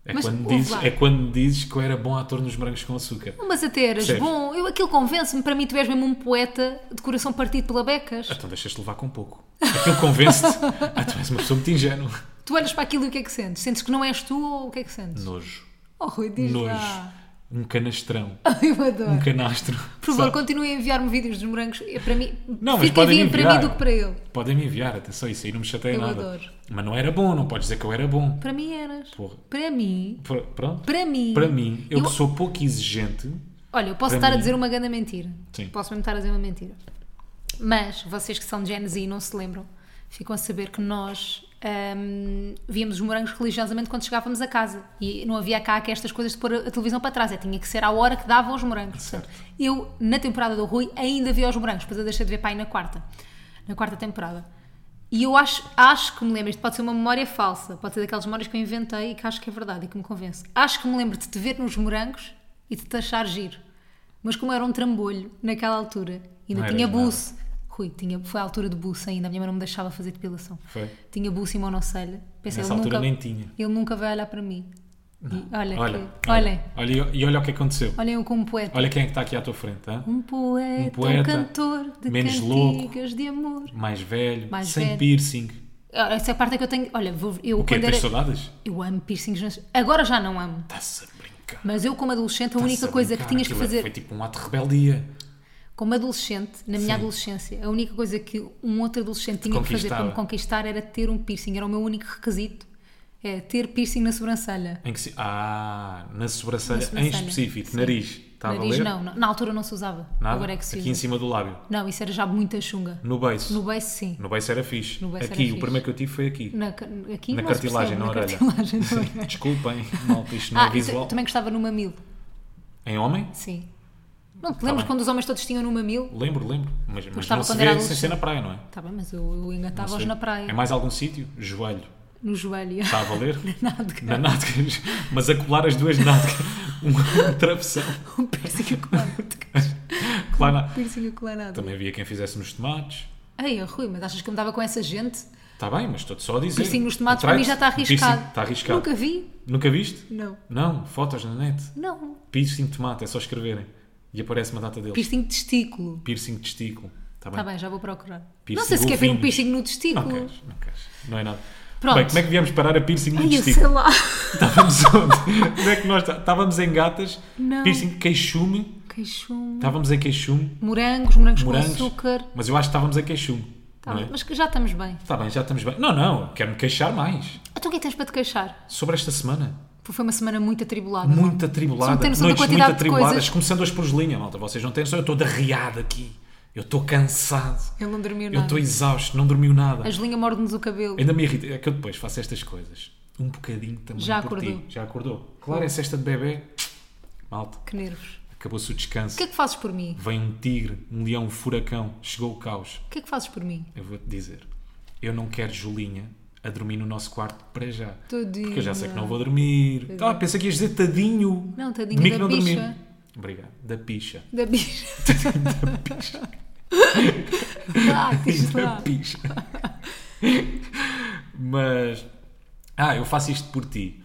[SPEAKER 2] É,
[SPEAKER 1] Mas,
[SPEAKER 2] quando
[SPEAKER 1] ouve
[SPEAKER 2] dizes,
[SPEAKER 1] lá.
[SPEAKER 2] é quando dizes que eu era bom ator nos Brancos com Açúcar.
[SPEAKER 1] Mas até eras
[SPEAKER 2] Percebes?
[SPEAKER 1] bom. Eu, aquilo convence-me. Para mim, tu és mesmo um poeta de coração partido pela becas.
[SPEAKER 2] Então deixas-te levar com pouco. É Aquilo
[SPEAKER 1] *laughs*
[SPEAKER 2] convence-te. ah, tu és uma pessoa muito ingênua.
[SPEAKER 1] Tu olhas para aquilo e o que é que sentes? Sentes que não és tu ou o que é que sentes?
[SPEAKER 2] Nojo.
[SPEAKER 1] Oh, Rui, diz
[SPEAKER 2] Nojo.
[SPEAKER 1] lá. *laughs*
[SPEAKER 2] Um canastrão.
[SPEAKER 1] Eu adoro.
[SPEAKER 2] Um canastro.
[SPEAKER 1] Por favor,
[SPEAKER 2] Sabe? continuem
[SPEAKER 1] continuem a enviar-me vídeos dos morangos. É Para mim,
[SPEAKER 2] Não, mas
[SPEAKER 1] fica
[SPEAKER 2] podem
[SPEAKER 1] enviem para mim
[SPEAKER 2] enviar.
[SPEAKER 1] do que para ele.
[SPEAKER 2] Podem me enviar, atenção, isso aí não me chateia
[SPEAKER 1] Eu
[SPEAKER 2] nada.
[SPEAKER 1] adoro.
[SPEAKER 2] Mas não era bom, não podes dizer que eu era bom.
[SPEAKER 1] Para mim eras.
[SPEAKER 2] Porra.
[SPEAKER 1] Para mim.
[SPEAKER 2] Pr- Pronto?
[SPEAKER 1] Para mim.
[SPEAKER 2] Para mim, eu, que sou pouco exigente.
[SPEAKER 1] Olha, eu posso
[SPEAKER 2] para
[SPEAKER 1] estar a
[SPEAKER 2] mim-
[SPEAKER 1] dizer uma grande mentira.
[SPEAKER 2] Sim.
[SPEAKER 1] Posso mesmo estar a dizer uma mentira. Mas vocês que são de Gen Z e não se lembram, ficam a saber que nós hum, víamos os morangos religiosamente quando chegávamos a casa. E não havia cá que estas coisas de pôr a televisão para trás. É, tinha que ser à hora que davam os morangos.
[SPEAKER 2] Certo.
[SPEAKER 1] Eu, na temporada do Rui, ainda vi os morangos, depois eu deixei de ver pai na quarta. Na quarta temporada. E eu acho, acho que me lembro, isto pode ser uma memória falsa, pode ser daquelas memórias que eu inventei e que acho que é verdade e que me convence. Acho que me lembro de te ver nos morangos e de te achar giro. Mas como eu era um trambolho naquela altura, ainda
[SPEAKER 2] Não
[SPEAKER 1] tinha
[SPEAKER 2] eras nada.
[SPEAKER 1] buço. Rui, tinha, foi a altura de buço ainda, a minha mãe não me deixava fazer depilação.
[SPEAKER 2] Foi.
[SPEAKER 1] Tinha buço e monocelha. Pensei,
[SPEAKER 2] Nessa
[SPEAKER 1] ele
[SPEAKER 2] altura
[SPEAKER 1] nunca,
[SPEAKER 2] nem tinha.
[SPEAKER 1] Ele nunca vai olhar para mim. E olha,
[SPEAKER 2] Olha,
[SPEAKER 1] que- olhem,
[SPEAKER 2] olha, olha, e olha o que aconteceu.
[SPEAKER 1] olhem eu como poeta.
[SPEAKER 2] Olha quem é que está aqui à tua frente, hã?
[SPEAKER 1] Um poeta, um,
[SPEAKER 2] Um poeta,
[SPEAKER 1] cantor de
[SPEAKER 2] menos
[SPEAKER 1] cantigas de amor.
[SPEAKER 2] mais velho,
[SPEAKER 1] Mais
[SPEAKER 2] sem
[SPEAKER 1] velho.
[SPEAKER 2] piercing.
[SPEAKER 1] Ora, Essa parte é que eu tenho. Olha, vou- eu
[SPEAKER 2] O quê?
[SPEAKER 1] quando
[SPEAKER 2] Tens
[SPEAKER 1] era.
[SPEAKER 2] saudades?
[SPEAKER 1] Eu amo piercings. nas- Agora já não amo.
[SPEAKER 2] Estás a brincar.
[SPEAKER 1] Mas eu, como adolescente, a única
[SPEAKER 2] Estás a
[SPEAKER 1] coisa que
[SPEAKER 2] brincar.
[SPEAKER 1] tinhas que
[SPEAKER 2] Tá Aquilo
[SPEAKER 1] fazer.
[SPEAKER 2] Foi tipo um ato de rebeldia.
[SPEAKER 1] Como adolescente, na minha
[SPEAKER 2] Sim.
[SPEAKER 1] adolescência, a única coisa que um outro adolescente tinha que fazer para me conquistar
[SPEAKER 2] conquistava.
[SPEAKER 1] era ter um piercing. Era o meu único requisito. É ter piercing na sobrancelha.
[SPEAKER 2] Em que se... Ah, na sobrancelha,
[SPEAKER 1] Na sobrancelha.
[SPEAKER 2] em específico,
[SPEAKER 1] Sim.
[SPEAKER 2] nariz. Está Tá a
[SPEAKER 1] Nariz
[SPEAKER 2] valer?
[SPEAKER 1] não, não. Na altura não se usava.
[SPEAKER 2] Nada?
[SPEAKER 1] Agora é que se
[SPEAKER 2] Aqui em
[SPEAKER 1] usa.
[SPEAKER 2] cima do lábio.
[SPEAKER 1] Não, isso era já muita chunga.
[SPEAKER 2] No beiço.
[SPEAKER 1] No
[SPEAKER 2] No,
[SPEAKER 1] beijo, sim.
[SPEAKER 2] beiço era fixe.
[SPEAKER 1] No beiço era
[SPEAKER 2] aqui,
[SPEAKER 1] fixe.
[SPEAKER 2] o primeiro que eu tive foi aqui.
[SPEAKER 1] Na, ca- aqui
[SPEAKER 2] na
[SPEAKER 1] não se
[SPEAKER 2] cartilagem,
[SPEAKER 1] percebe,
[SPEAKER 2] na, orelha.
[SPEAKER 1] cartilagem, na orelha.
[SPEAKER 2] Sim. Desculpem, malta, isto *laughs* não
[SPEAKER 1] Ah,
[SPEAKER 2] é visual.
[SPEAKER 1] eu também gostava no mamilo.
[SPEAKER 2] Em homem?
[SPEAKER 1] Sim. Não te lembras
[SPEAKER 2] Tá bem.
[SPEAKER 1] quando os homens todos tinham no mamilo?
[SPEAKER 2] Lembro, lembro. Mas, mas
[SPEAKER 1] Gostava
[SPEAKER 2] não se
[SPEAKER 1] quando era
[SPEAKER 2] vê sem ser na praia, não é?
[SPEAKER 1] Tá bem, mas eu, eu
[SPEAKER 2] Não É se
[SPEAKER 1] engatava-os
[SPEAKER 2] vê.
[SPEAKER 1] na praia,
[SPEAKER 2] Em mais algum sítio? Joelho.
[SPEAKER 1] no joelho. *laughs*
[SPEAKER 2] Está a valer?
[SPEAKER 1] Na nádega.
[SPEAKER 2] Na nádega. Mas a colar as duas nádegas. Uma travessão.
[SPEAKER 1] Um piercing a colar.
[SPEAKER 2] *laughs* Claro, não.
[SPEAKER 1] Um piercing a colar nada.
[SPEAKER 2] Também havia quem fizesse nos tomates.
[SPEAKER 1] Ei, ó, Rui, mas achas que eu me dava com essa gente?
[SPEAKER 2] Está bem, mas estou-te só a dizer.
[SPEAKER 1] Piercing nos tomates para mim já está
[SPEAKER 2] Piercing,
[SPEAKER 1] arriscado.
[SPEAKER 2] Está arriscado. Nunca...
[SPEAKER 1] Nunca vi?
[SPEAKER 2] viste?
[SPEAKER 1] Não.
[SPEAKER 2] Não, fotos na net.
[SPEAKER 1] Não.
[SPEAKER 2] Piercing de tomate, é só escreverem. E aparece uma data deles.
[SPEAKER 1] Piercing
[SPEAKER 2] Piercing,
[SPEAKER 1] de testículo.
[SPEAKER 2] de testículo. Está bem.
[SPEAKER 1] Tá bem, já vou procurar. não
[SPEAKER 2] Piercing
[SPEAKER 1] sei se quer ver um
[SPEAKER 2] golfinhos.
[SPEAKER 1] piercing no
[SPEAKER 2] Não
[SPEAKER 1] testículo.
[SPEAKER 2] queres, não queres. Não é nada.
[SPEAKER 1] Pronto.
[SPEAKER 2] Bem, como é que viemos parar a piercing no
[SPEAKER 1] Ai, eu sei
[SPEAKER 2] testículo?
[SPEAKER 1] *laughs* lá.
[SPEAKER 2] Estávamos *laughs* onde? Como é que nós tá- estávamos em gatas?
[SPEAKER 1] Não.
[SPEAKER 2] Piercing de queixume.
[SPEAKER 1] Queixume.
[SPEAKER 2] Estávamos em queixume.
[SPEAKER 1] Morangos, morangos,
[SPEAKER 2] Morangos.
[SPEAKER 1] com açúcar.
[SPEAKER 2] Mas eu acho que estávamos em queixume.
[SPEAKER 1] Tá
[SPEAKER 2] não
[SPEAKER 1] bem,
[SPEAKER 2] é?
[SPEAKER 1] Mas que já estamos bem.
[SPEAKER 2] Está bem, já estamos bem. Não, não, quero-me queixar mais.
[SPEAKER 1] Então o que é que tens para te queixar?
[SPEAKER 2] Sobre esta semana.
[SPEAKER 1] Foi uma semana muito atribulada. não é?
[SPEAKER 2] Muito atribulada,
[SPEAKER 1] Não tem
[SPEAKER 2] noites
[SPEAKER 1] noção da
[SPEAKER 2] muito
[SPEAKER 1] quantidade de
[SPEAKER 2] atribuladas,
[SPEAKER 1] coisas.
[SPEAKER 2] começando hoje por linha, malta. Vocês não têm noção, eu estou derriado aqui. Eu estou cansado.
[SPEAKER 1] Ele não dormiu
[SPEAKER 2] Eu
[SPEAKER 1] nada.
[SPEAKER 2] estou exausto, não dormiu nada.
[SPEAKER 1] A Julinha morde-nos o cabelo.
[SPEAKER 2] Ainda me irrita. É que eu depois faço estas coisas. Um bocadinho também
[SPEAKER 1] Já
[SPEAKER 2] por ti.
[SPEAKER 1] acordou.
[SPEAKER 2] Já acordou. Claro, é cesta de bebê. Malta,
[SPEAKER 1] Que nervos.
[SPEAKER 2] acabou-se o
[SPEAKER 1] O
[SPEAKER 2] descanso.
[SPEAKER 1] que é que fazes por mim?
[SPEAKER 2] Vem um tigre, um leão, um furacão. Chegou o caos. *laughs*
[SPEAKER 1] O que é que fazes por mim?
[SPEAKER 2] Eu vou-te dizer. Eu não quero Julinha a dormir no nosso quarto para já.
[SPEAKER 1] Tadinha. é.
[SPEAKER 2] Porque eu já sei que não vou dormir. Ah, pensei que ias dizer tadinho.
[SPEAKER 1] Não, tadinho
[SPEAKER 2] de mim
[SPEAKER 1] da
[SPEAKER 2] que não
[SPEAKER 1] picha.
[SPEAKER 2] dormi. Obrigado. Da picha.
[SPEAKER 1] Da bicha. *laughs* Ah, diz
[SPEAKER 2] da
[SPEAKER 1] lá.
[SPEAKER 2] picha. *laughs* Mas. Ah, eu faço isto por ti.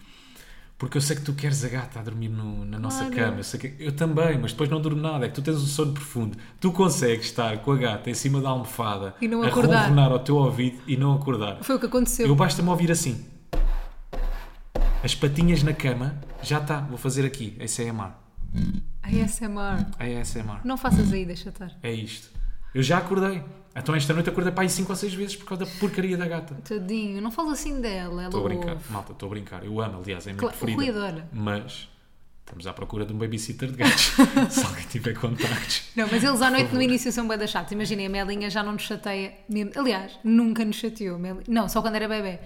[SPEAKER 2] Porque eu sei que tu queres a gata a dormir no- na nossa
[SPEAKER 1] Claro.
[SPEAKER 2] cama. Eu, sei que- eu também, mas depois não durmo nada. É que tu tens um sono profundo. Tu consegues estar com a gata em cima da almofada
[SPEAKER 1] E não
[SPEAKER 2] a
[SPEAKER 1] acordar.
[SPEAKER 2] ronronar ao teu ouvido e não acordar.
[SPEAKER 1] Foi o que aconteceu.
[SPEAKER 2] Eu basta-me ouvir assim. As patinhas na cama, já está, vou fazer aqui, é ASMR.
[SPEAKER 1] ASMR.
[SPEAKER 2] ASMR.
[SPEAKER 1] Não faças aí, deixa estar.
[SPEAKER 2] É isto. Eu já acordei. Então esta noite acordei para aí 5 ou 6 vezes por causa da porcaria da gata.
[SPEAKER 1] Tadinho, não falo assim dela. Ela
[SPEAKER 2] Estou a brincar,
[SPEAKER 1] ouve.
[SPEAKER 2] malta, estou a brincar. Eu amo, aliás, é a minha
[SPEAKER 1] Claro,
[SPEAKER 2] preferida.
[SPEAKER 1] eu adoro.
[SPEAKER 2] Mas estamos à procura de um babysitter de
[SPEAKER 1] *laughs*
[SPEAKER 2] gatos. Se alguém tiver contactos.
[SPEAKER 1] Não, mas eles à noite no
[SPEAKER 2] favor.
[SPEAKER 1] início são bem chatos. Imaginem, a Melinha já não nos chateia. mesmo. Aliás, nunca nos chateou. a Meli- Não, só quando era bebê.